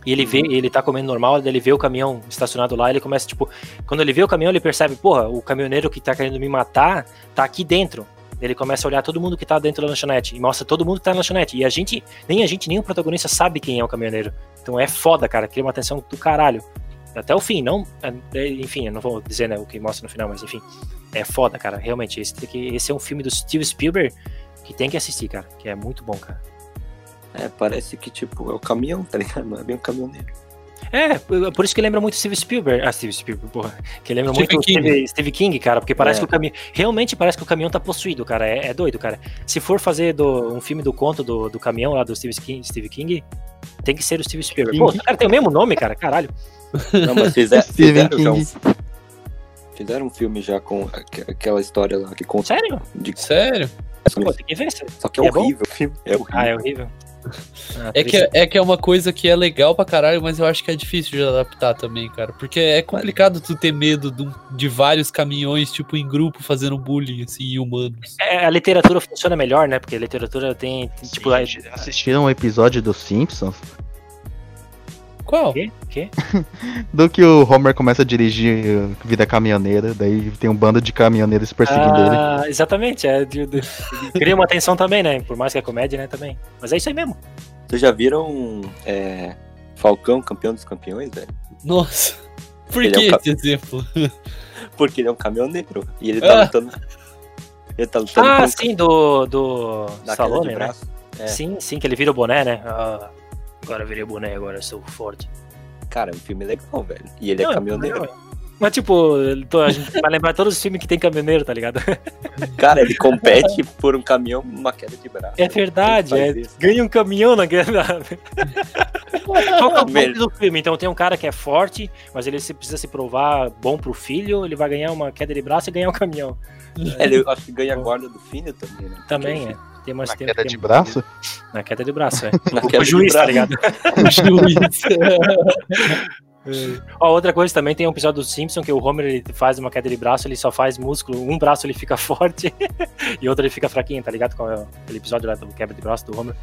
[SPEAKER 1] E ele vê, ele tá comendo normal, daí ele vê o caminhão estacionado lá, ele começa, tipo, quando ele vê o caminhão, ele percebe, porra, o caminhoneiro que tá querendo me matar tá aqui dentro. Ele começa a olhar todo mundo que tá dentro da lanchonete e mostra todo mundo que tá na lanchonete. E a gente, nem a gente, nem o protagonista sabe quem é o caminhoneiro. Então é foda, cara, cria uma atenção do caralho. Até o fim, não. é, é, Enfim, eu não vou dizer né, o que mostra no final, mas enfim. É foda, cara, realmente. Esse, tem que- esse é um filme do Steve Spielberg que tem que assistir, cara, que é muito bom, cara.
[SPEAKER 3] é, parece que tipo, é o caminhão, tá ligado? Não é bem o caminhoneiro.
[SPEAKER 1] É, por isso que lembra muito Steve Spielberg. Ah, Steve Spielberg, porra. Que lembra
[SPEAKER 2] Stephen
[SPEAKER 1] muito
[SPEAKER 2] King.
[SPEAKER 1] Steve, Steve King, cara, porque parece
[SPEAKER 3] É.
[SPEAKER 1] que o caminho. Realmente parece que o caminhão tá possuído, cara. É, é doido, cara. Se for fazer do- um filme do conto do, do caminhão lá do Steve King, Steve King, tem que ser o Steve Spielberg. Pô,
[SPEAKER 4] King.
[SPEAKER 1] o cara tem o mesmo nome, cara, caralho.
[SPEAKER 3] Não, mas fizeram,
[SPEAKER 4] Stephen
[SPEAKER 3] fizeram já um,
[SPEAKER 4] King.
[SPEAKER 3] fizeram um filme já com aqu- aquela história lá que conta
[SPEAKER 1] Sério?
[SPEAKER 3] de
[SPEAKER 2] Sério?
[SPEAKER 1] Pô, tem que ver isso.
[SPEAKER 3] Só que é,
[SPEAKER 1] E é bom?
[SPEAKER 3] horrível o filme. É horrível.
[SPEAKER 1] Ah, é horrível. Ah,
[SPEAKER 2] É que,
[SPEAKER 1] triste.
[SPEAKER 2] é que é uma coisa que é legal pra caralho, mas eu acho que é difícil de adaptar também, cara. Porque é complicado tu ter medo de, um- de vários caminhões, tipo, em grupo, fazendo bullying, assim, humanos.
[SPEAKER 1] É, a literatura funciona melhor, né? Porque a literatura tem, tem, tipo, lá-
[SPEAKER 4] Vocês assistiram um episódio dos Simpsons?
[SPEAKER 2] Qual?
[SPEAKER 1] Quê? Quê?
[SPEAKER 4] Do que o Homer começa a dirigir eh, vida caminhoneira, daí tem um bando de caminhoneiros perseguindo ele.
[SPEAKER 1] Ah, exatamente. É, de- de- cria uma tensão também, né? Por mais que é comédia, né? Também. Mas é isso aí mesmo.
[SPEAKER 3] Vocês já viram é, Falcão, campeão dos campeões, velho?
[SPEAKER 2] Nossa. Por
[SPEAKER 3] Ele é
[SPEAKER 2] que
[SPEAKER 3] um ca-
[SPEAKER 2] esse exemplo?
[SPEAKER 3] Porque ele é um caminhoneiro. E ele tá
[SPEAKER 2] Ah!
[SPEAKER 3] lutando. Ele tá lutando
[SPEAKER 1] Ah,
[SPEAKER 3] com-
[SPEAKER 1] sim, do, do
[SPEAKER 3] na queda
[SPEAKER 1] Stallone,
[SPEAKER 3] de
[SPEAKER 1] né?
[SPEAKER 3] braço. É.
[SPEAKER 1] Sim, sim, que ele vira o boné, né? Ah, agora eu virei o boné, agora eu sou forte.
[SPEAKER 3] Cara, é um filme legal, velho. E ele
[SPEAKER 1] Não, um
[SPEAKER 3] é caminhoneiro.
[SPEAKER 1] não. Mas, tipo, tô- a gente vai lembrar todos os filmes que tem caminhoneiro, tá ligado?
[SPEAKER 3] Cara, ele compete por um caminhão numa queda de braço.
[SPEAKER 1] É verdade,
[SPEAKER 3] Ele
[SPEAKER 1] é,
[SPEAKER 3] faz isso.
[SPEAKER 1] ganha um caminhão na guerra. Qual que é o ponto
[SPEAKER 3] Velho.
[SPEAKER 1] do filme? Então tem um cara que é forte, mas ele se- precisa se provar bom pro filho, ele vai ganhar uma queda de braço e ganhar um caminhão.
[SPEAKER 3] Ele, eu acho que ganha a guarda do filho também, né?
[SPEAKER 1] Também é. Tem umas
[SPEAKER 4] Na
[SPEAKER 1] tem-
[SPEAKER 4] queda
[SPEAKER 1] tem-
[SPEAKER 4] de braço?
[SPEAKER 1] Na queda de braço, é.
[SPEAKER 3] Na
[SPEAKER 1] O,
[SPEAKER 3] queda de
[SPEAKER 1] juiz, tá
[SPEAKER 3] braço.
[SPEAKER 1] ligado?
[SPEAKER 2] O juiz.
[SPEAKER 1] Ó, outra coisa também, tem um episódio do Simpson que o Homer ele faz uma queda de braço, ele só faz músculo, um braço ele fica forte e outro ele fica fraquinho, tá ligado? Com aquele episódio lá do quebra de braço do Homer.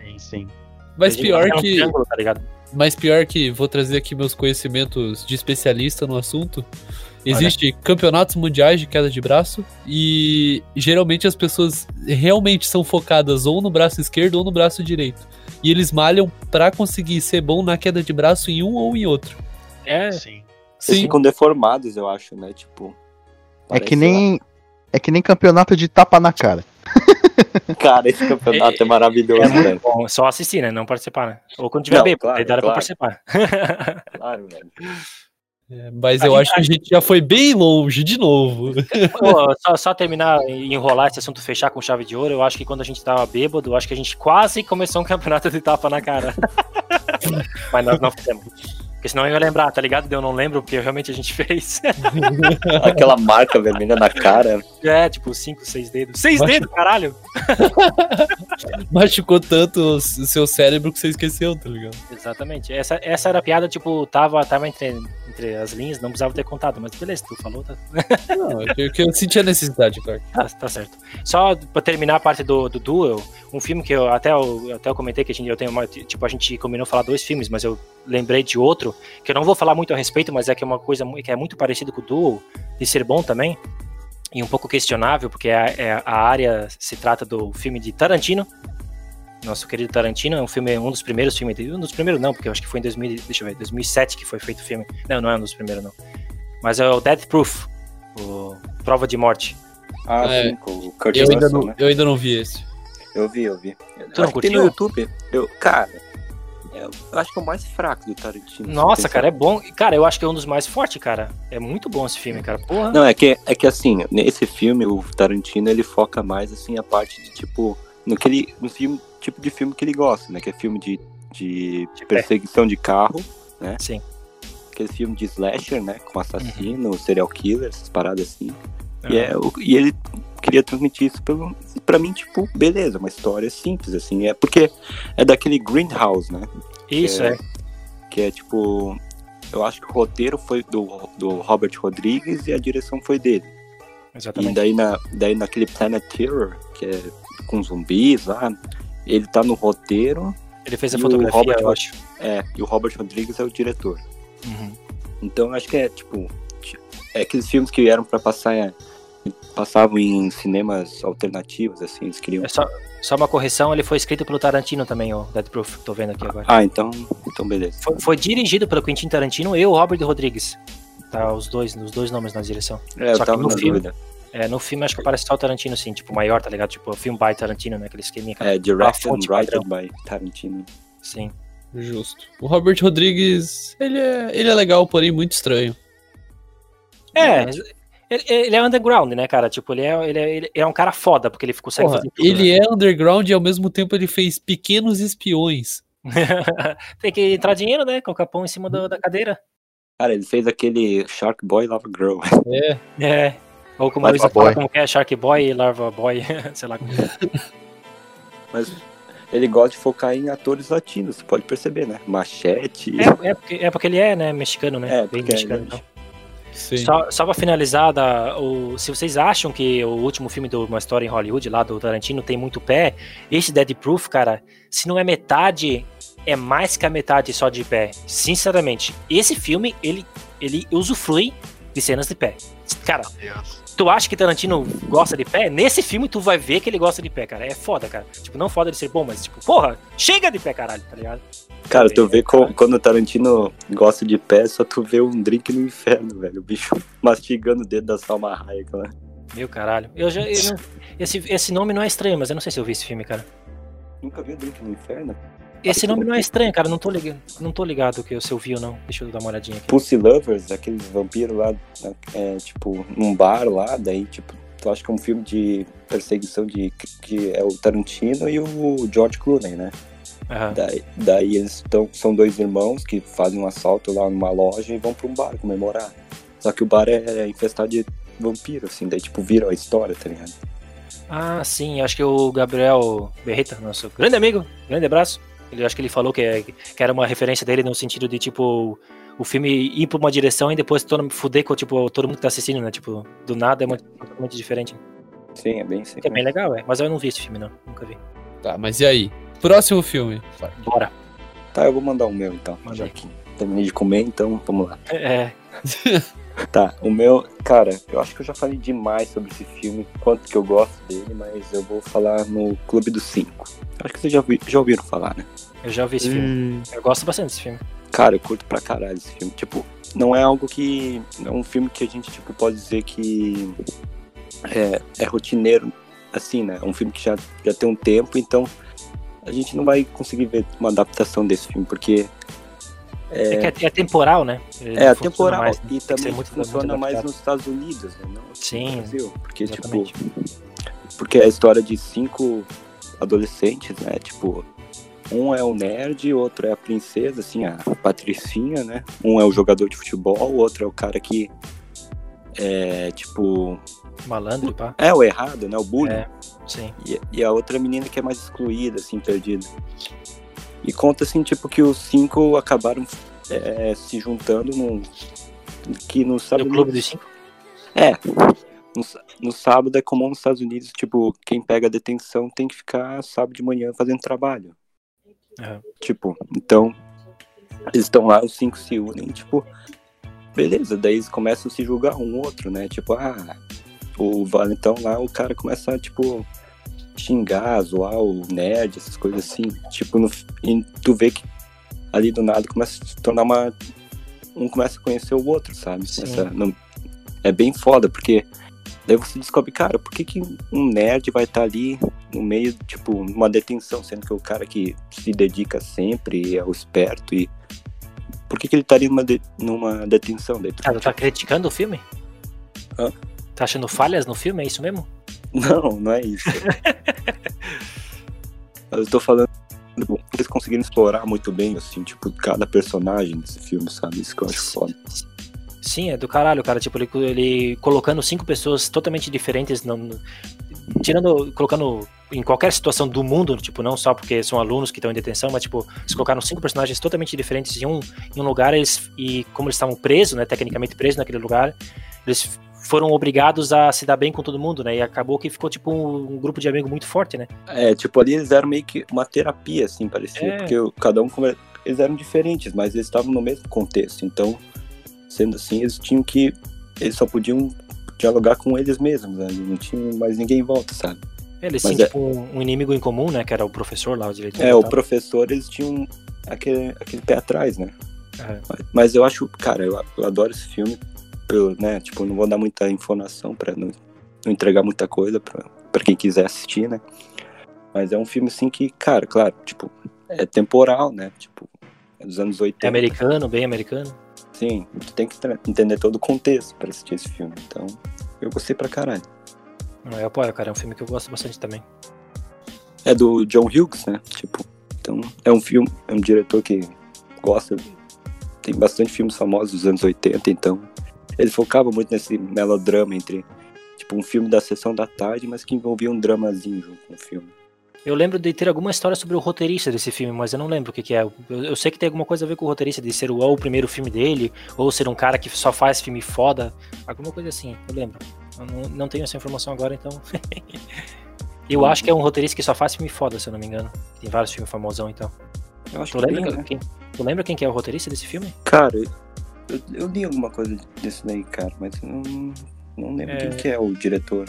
[SPEAKER 4] Sim, sim.
[SPEAKER 2] Mas
[SPEAKER 1] Ele
[SPEAKER 2] pior
[SPEAKER 1] é um
[SPEAKER 2] que.
[SPEAKER 1] triângulo, tá ligado?
[SPEAKER 2] Mas pior que vou trazer aqui meus conhecimentos de especialista no assunto. Existe campeonatos mundiais de queda de braço e geralmente as pessoas realmente são focadas ou no braço esquerdo ou no braço direito. E eles malham pra conseguir ser bom na queda de braço em um ou em outro.
[SPEAKER 1] É,
[SPEAKER 4] sim.
[SPEAKER 3] Eles
[SPEAKER 2] Sim.
[SPEAKER 3] ficam deformados, eu acho, né? Tipo.
[SPEAKER 4] É
[SPEAKER 3] parece
[SPEAKER 4] que nem. É que nem campeonato de tapa na cara.
[SPEAKER 3] lá. Cara, esse campeonato é maravilhoso,
[SPEAKER 1] é
[SPEAKER 3] velho.
[SPEAKER 1] muito bom. Só assistir, né? Não participar, né? Ou quando tiver
[SPEAKER 3] Não,
[SPEAKER 1] bem,
[SPEAKER 3] claro,
[SPEAKER 1] daí dá pra
[SPEAKER 3] claro.
[SPEAKER 1] participar.
[SPEAKER 3] Claro, velho.
[SPEAKER 2] É, Mas
[SPEAKER 1] A
[SPEAKER 2] eu
[SPEAKER 1] gente-
[SPEAKER 2] acho que a gente já foi bem longe de novo.
[SPEAKER 1] Pô, só, só terminar e enrolar esse assunto, fechar com chave de ouro, eu acho que quando a gente tava bêbado, eu acho que a gente quase começou um campeonato de tapa na cara. Mas nós não fizemos. Porque senão eu ia lembrar, tá ligado? Eu não lembro, porque realmente a gente fez.
[SPEAKER 3] Aquela marca vermelha na cara.
[SPEAKER 1] É, tipo, cinco, seis dedos. Seis
[SPEAKER 2] Mas-
[SPEAKER 1] dedos, caralho!
[SPEAKER 2] Machucou tanto o s- seu cérebro que você esqueceu, tá ligado?
[SPEAKER 1] Exatamente. Essa, essa era a piada, tipo, tava, tava entre, entre as linhas, não precisava ter contado, mas beleza, tu falou, tá,
[SPEAKER 2] Não, é que que eu senti a necessidade, cara.
[SPEAKER 1] Tá, tá certo. Só pra terminar a parte do, do Duel, um filme que eu até, eu até eu comentei que a gente, eu tenho uma, tipo, a gente combinou falar dois filmes, mas eu lembrei de outro, que eu não vou falar muito a respeito, mas é que é uma coisa mu- que é muito parecida com o Duel, de ser bom também, e um pouco questionável, porque é, é- a área se trata do filme de Tarantino, nosso querido Tarantino, é um filme, um dos primeiros filmes, de- um dos primeiros não, porque eu acho que foi em 2000, deixa eu ver, 2007 que foi feito o filme, não, não é um dos primeiros não, mas é o Death Proof, o Prova de Morte.
[SPEAKER 3] Ah,
[SPEAKER 2] É.
[SPEAKER 3] sim, com o Kurt
[SPEAKER 2] Eu ainda,
[SPEAKER 3] Russell,
[SPEAKER 2] não,
[SPEAKER 3] né?
[SPEAKER 2] eu ainda não vi esse.
[SPEAKER 3] Eu vi, eu vi. Eu
[SPEAKER 1] Tu não
[SPEAKER 3] acho que tem
[SPEAKER 1] curtiu?
[SPEAKER 3] no YouTube. Eu, cara, eu eu acho que é o mais fraco do Tarantino.
[SPEAKER 1] Nossa, cara, é
[SPEAKER 3] é
[SPEAKER 1] bom. Cara, eu acho que é um dos mais fortes, cara. É muito bom esse filme, cara. Porra.
[SPEAKER 3] Não, é que, é que assim, nesse filme, o Tarantino, ele foca mais, assim, a parte de, tipo, no, que ele, no filme, tipo de filme que ele gosta, né? Que é filme de, de
[SPEAKER 1] De pé.
[SPEAKER 3] perseguição de carro, né?
[SPEAKER 1] É, Sim.
[SPEAKER 3] Aquele filme de slasher, né? Com assassino, serial killer, essas paradas assim. E, é, o- e ele queria transmitir isso pelo, pra mim, tipo, beleza, uma história simples, assim. É porque é daquele Greenhouse, né?
[SPEAKER 1] Isso, é.
[SPEAKER 3] Que é tipo. Eu acho que o roteiro foi do, do Robert Rodrigues e a direção foi dele. E
[SPEAKER 1] Exatamente.
[SPEAKER 3] daí, na, daí naquele Planet Terror, que é com zumbis lá, ele tá no roteiro
[SPEAKER 1] Ele fez a
[SPEAKER 3] e o
[SPEAKER 1] fotografia,
[SPEAKER 3] Robert
[SPEAKER 1] eu acho.
[SPEAKER 3] é, e o Robert Rodrigues é o diretor.
[SPEAKER 1] Uhum.
[SPEAKER 3] Então eu acho que é tipo. ti- É aqueles filmes que vieram pra passar. é, passavam em cinemas alternativos, assim, eles queriam.
[SPEAKER 1] É só, só uma correção, ele foi escrito pelo Tarantino também, o Dead Proof. Tô vendo aqui agora.
[SPEAKER 3] Ah, então. Então beleza.
[SPEAKER 1] Foi, foi dirigido pelo Quentin Tarantino e o Robert Rodrigues. Tá, os dois, os dois nomes na direção.
[SPEAKER 3] É, eu
[SPEAKER 1] só que
[SPEAKER 3] tava
[SPEAKER 1] no
[SPEAKER 3] na
[SPEAKER 1] filme-
[SPEAKER 3] dúvida.
[SPEAKER 1] É, no filme acho que aparece só o Tarantino, sim, tipo, maior, tá ligado? Tipo, filme by Tarantino, né? Aquele esqueminha.
[SPEAKER 3] É, Directed and
[SPEAKER 1] fonte
[SPEAKER 3] Written by Tarantino.
[SPEAKER 1] Sim.
[SPEAKER 2] Justo. O Robert Rodrigues, ele é, ele é legal, porém muito estranho.
[SPEAKER 1] É, ele, ele é underground, né, cara? Tipo, ele é, ele é, ele é um cara foda, porque ele consegue
[SPEAKER 2] Porra,
[SPEAKER 1] fazer tudo,
[SPEAKER 2] ele
[SPEAKER 1] né?
[SPEAKER 2] é underground e ao mesmo tempo ele fez Pequenos Espiões.
[SPEAKER 1] Tem que entrar dinheiro, né? Com o capão em cima do- da cadeira.
[SPEAKER 3] Cara, ele fez aquele Shark Boy Lava Girl.
[SPEAKER 2] É,
[SPEAKER 1] É. Ou como a
[SPEAKER 4] Larva
[SPEAKER 1] Luísa fala,
[SPEAKER 4] Boy.
[SPEAKER 1] como que é Shark Boy e Larva Boy, sei lá como é.
[SPEAKER 3] Mas ele gosta de focar em atores latinos, você pode perceber, né? Machete.
[SPEAKER 1] É, é porque, é porque ele é, né, mexicano, né? Bem
[SPEAKER 3] porque
[SPEAKER 1] mexicano. então.
[SPEAKER 2] sim.
[SPEAKER 1] Só, só pra finalizar, da- o- se vocês acham que o último filme do Uma História em Hollywood, lá do Tarantino, tem muito pé, esse Dead Proof, cara, se não é metade, é mais que a metade só de pé. Sinceramente, esse filme, ele, ele usufrui de cenas de pé. Cara, tu acha que Tarantino gosta de pé? Nesse filme tu vai ver que ele gosta de pé, cara. É foda, cara. Tipo, não foda de ser bom, mas tipo, porra, chega de pé, caralho, tá ligado?
[SPEAKER 3] Cara, tu
[SPEAKER 1] É
[SPEAKER 3] vê co- quando o Tarantino gosta de pé, só tu vê um drink no inferno, velho. O bicho mastigando o dedo da Salma Hayek lá.
[SPEAKER 1] Meu caralho. Eu já, eu não- esse, esse nome não é estranho, mas eu não sei se eu vi esse filme, cara.
[SPEAKER 3] Nunca viu drink no inferno?
[SPEAKER 1] Esse nome não é estranho, cara. Não tô ligado, não tô ligado que eu- se eu vi ou não. Deixa eu dar uma olhadinha aqui.
[SPEAKER 3] Pussy Lovers, aqueles vampiros lá, né, é, tipo, num bar lá, daí, tipo, tu acha que é um filme de perseguição de que é o Tarantino e o George Clooney, né?
[SPEAKER 1] Aham.
[SPEAKER 3] Daí, daí eles tão, são dois irmãos que fazem um assalto lá numa loja e vão pra um bar comemorar. Só que o bar é infestado de vampiro, assim, daí tipo vira a história, tá ligado?
[SPEAKER 1] Ah, sim. Acho que o Gabriel Berreta, nosso grande amigo, grande abraço. Ele, acho que ele falou que, é- que era uma referência dele no sentido de, tipo, o filme ir pra uma direção e depois todo, fuder com, tipo, todo mundo que tá assistindo, né? Tipo, do nada é muito- totalmente diferente.
[SPEAKER 3] Sim, é bem assim.
[SPEAKER 1] É bem legal, é. Mas eu não vi esse filme, não. Nunca vi.
[SPEAKER 2] Tá, mas e aí? Próximo filme.
[SPEAKER 1] Bora.
[SPEAKER 3] Tá, eu vou mandar o meu então,
[SPEAKER 1] Manda
[SPEAKER 3] já
[SPEAKER 1] aí.
[SPEAKER 3] que terminei de comer, então vamos lá.
[SPEAKER 1] É,
[SPEAKER 3] Tá, o meu, cara, eu acho que eu já falei demais sobre esse filme, quanto que eu gosto dele, mas eu vou falar no Clube dos Cinco. Acho que vocês já, ouvi- já ouviram falar, né?
[SPEAKER 1] eu já vi esse filme.
[SPEAKER 3] Hum.
[SPEAKER 1] Eu gosto bastante desse filme.
[SPEAKER 3] Cara, eu curto pra caralho esse filme. Tipo, não é algo que. É um filme que a gente, tipo, pode dizer que é, é rotineiro, assim, né? É um filme que já, já tem um tempo, então a gente não vai conseguir ver uma adaptação desse filme, porque
[SPEAKER 1] É, que é, é temporal, né? Ele
[SPEAKER 3] é
[SPEAKER 1] não funciona
[SPEAKER 3] atemporal
[SPEAKER 1] mais, né?
[SPEAKER 3] e
[SPEAKER 1] Tem que ser
[SPEAKER 3] também
[SPEAKER 1] muito-
[SPEAKER 3] funciona
[SPEAKER 1] muito
[SPEAKER 3] mais
[SPEAKER 1] adaptado.
[SPEAKER 3] nos Estados Unidos, né? Não aqui no
[SPEAKER 1] Sim,
[SPEAKER 3] Brasil, porque, tipo,
[SPEAKER 1] exatamente.
[SPEAKER 3] porque é a história de cinco adolescentes, né? Tipo, um é o nerd, outro é a princesa, assim, a patricinha, né? Um é o jogador de futebol, o outro é o cara que é, tipo,
[SPEAKER 1] Malandro, e pá.
[SPEAKER 3] é o errado, né? O bullying.
[SPEAKER 1] É, sim.
[SPEAKER 3] E, e a outra menina que é mais excluída, assim, perdida. E conta, assim, tipo, que os cinco acabaram é, se juntando num. Que no sábado.
[SPEAKER 1] No Clube dos Cinco.
[SPEAKER 3] No, s- no sábado é comum nos Estados Unidos, tipo, quem pega detenção tem que ficar sábado de manhã fazendo trabalho.
[SPEAKER 1] Aham.
[SPEAKER 3] Tipo, então. Eles estão lá, os cinco se unem, tipo. Beleza, daí eles começam a se julgar um outro, né? Tipo, ah, o Valentão lá, o cara começa a, tipo, xingar, zoar o nerd, essas coisas assim. Tipo, no, e tu vê que ali do nada começa a se tornar uma. Um começa a conhecer o outro, sabe?
[SPEAKER 1] Sim.
[SPEAKER 3] Essa- não- é bem foda, porque daí você descobre, cara, por que, que um nerd vai estar ali no meio, tipo, numa detenção, sendo que é o cara que se dedica sempre, é o esperto e. Por que, que ele estaria numa, de- numa detenção? Daí tu-
[SPEAKER 1] Cara, tá criticando o filme?
[SPEAKER 3] Hã?
[SPEAKER 1] Tá achando falhas no filme? É isso mesmo?
[SPEAKER 3] Não, não é isso. Mas eu tô falando. tipo, Eles conseguiram explorar muito bem, assim, tipo, cada personagem desse filme, sabe? Isso que eu acho foda.
[SPEAKER 1] Sim, é do caralho, cara. Tipo, ele, ele colocando cinco pessoas totalmente diferentes, no- no- tirando, colocando em qualquer situação do mundo, tipo, não só porque são alunos que estão em detenção, mas tipo, eles colocaram cinco personagens totalmente diferentes em um, em um lugar eles, e como eles estavam presos, né, tecnicamente presos naquele lugar, eles foram obrigados a se dar bem com todo mundo, né, e acabou que ficou tipo um, um grupo de amigo muito forte, né.
[SPEAKER 3] É, tipo, ali eles eram meio que uma terapia, assim, parecia.
[SPEAKER 1] É.
[SPEAKER 3] Porque o- cada um. come- Eles eram diferentes, mas eles estavam no mesmo contexto. Então, sendo assim, eles tinham que. Eles só podiam dialogar com eles mesmos, né? Não tinha mais ninguém em volta, sabe?
[SPEAKER 1] Eles
[SPEAKER 3] Mas
[SPEAKER 1] tinham
[SPEAKER 3] é-
[SPEAKER 1] tipo, um, um inimigo em comum, né, que era o professor lá, o direito.
[SPEAKER 3] É, o professor, eles tinham aquele, aquele pé atrás, né?
[SPEAKER 1] Aham.
[SPEAKER 3] Mas eu acho, cara, eu, eu adoro esse filme, pelo, né? Tipo, não vou dar muita informação pra não, não entregar muita coisa pra, pra quem quiser assistir, né? Mas é um filme assim que, cara, claro, tipo, é temporal, né? Tipo, dos anos
[SPEAKER 1] É
[SPEAKER 3] 80.
[SPEAKER 1] americano, bem americano.
[SPEAKER 3] Sim, tu tem que tra- entender todo o contexto pra assistir esse filme. Então, eu gostei pra caralho.
[SPEAKER 1] Não, eu apoio, cara. É um filme que eu gosto bastante também.
[SPEAKER 3] É do John Hughes, né? Tipo, então é um filme, é um diretor que gosta, tem bastante filmes famosos dos anos 80, então ele focava muito nesse melodrama entre tipo um filme da sessão da tarde, mas que envolvia um dramazinho junto com o filme.
[SPEAKER 1] Eu lembro de ter alguma história sobre o roteirista desse filme, mas eu não lembro o que, que é. Eu, eu sei que tem alguma coisa a ver com o roteirista, de ser o, ou o primeiro filme dele, ou ser um cara que só faz filme foda, alguma coisa assim, eu lembro. Eu não, não tenho essa informação agora, então. eu acho que é um roteirista que só faz filme foda, se eu não me engano. Tem vários filmes famosão, então.
[SPEAKER 3] Eu acho
[SPEAKER 1] Tu
[SPEAKER 3] que tem,
[SPEAKER 1] lembra,
[SPEAKER 3] né?
[SPEAKER 1] quem, tu lembra quem que é o roteirista desse filme?
[SPEAKER 3] Cara, eu, eu li alguma coisa disso daí, cara, mas eu não, não lembro
[SPEAKER 1] É.
[SPEAKER 3] quem que é o diretor.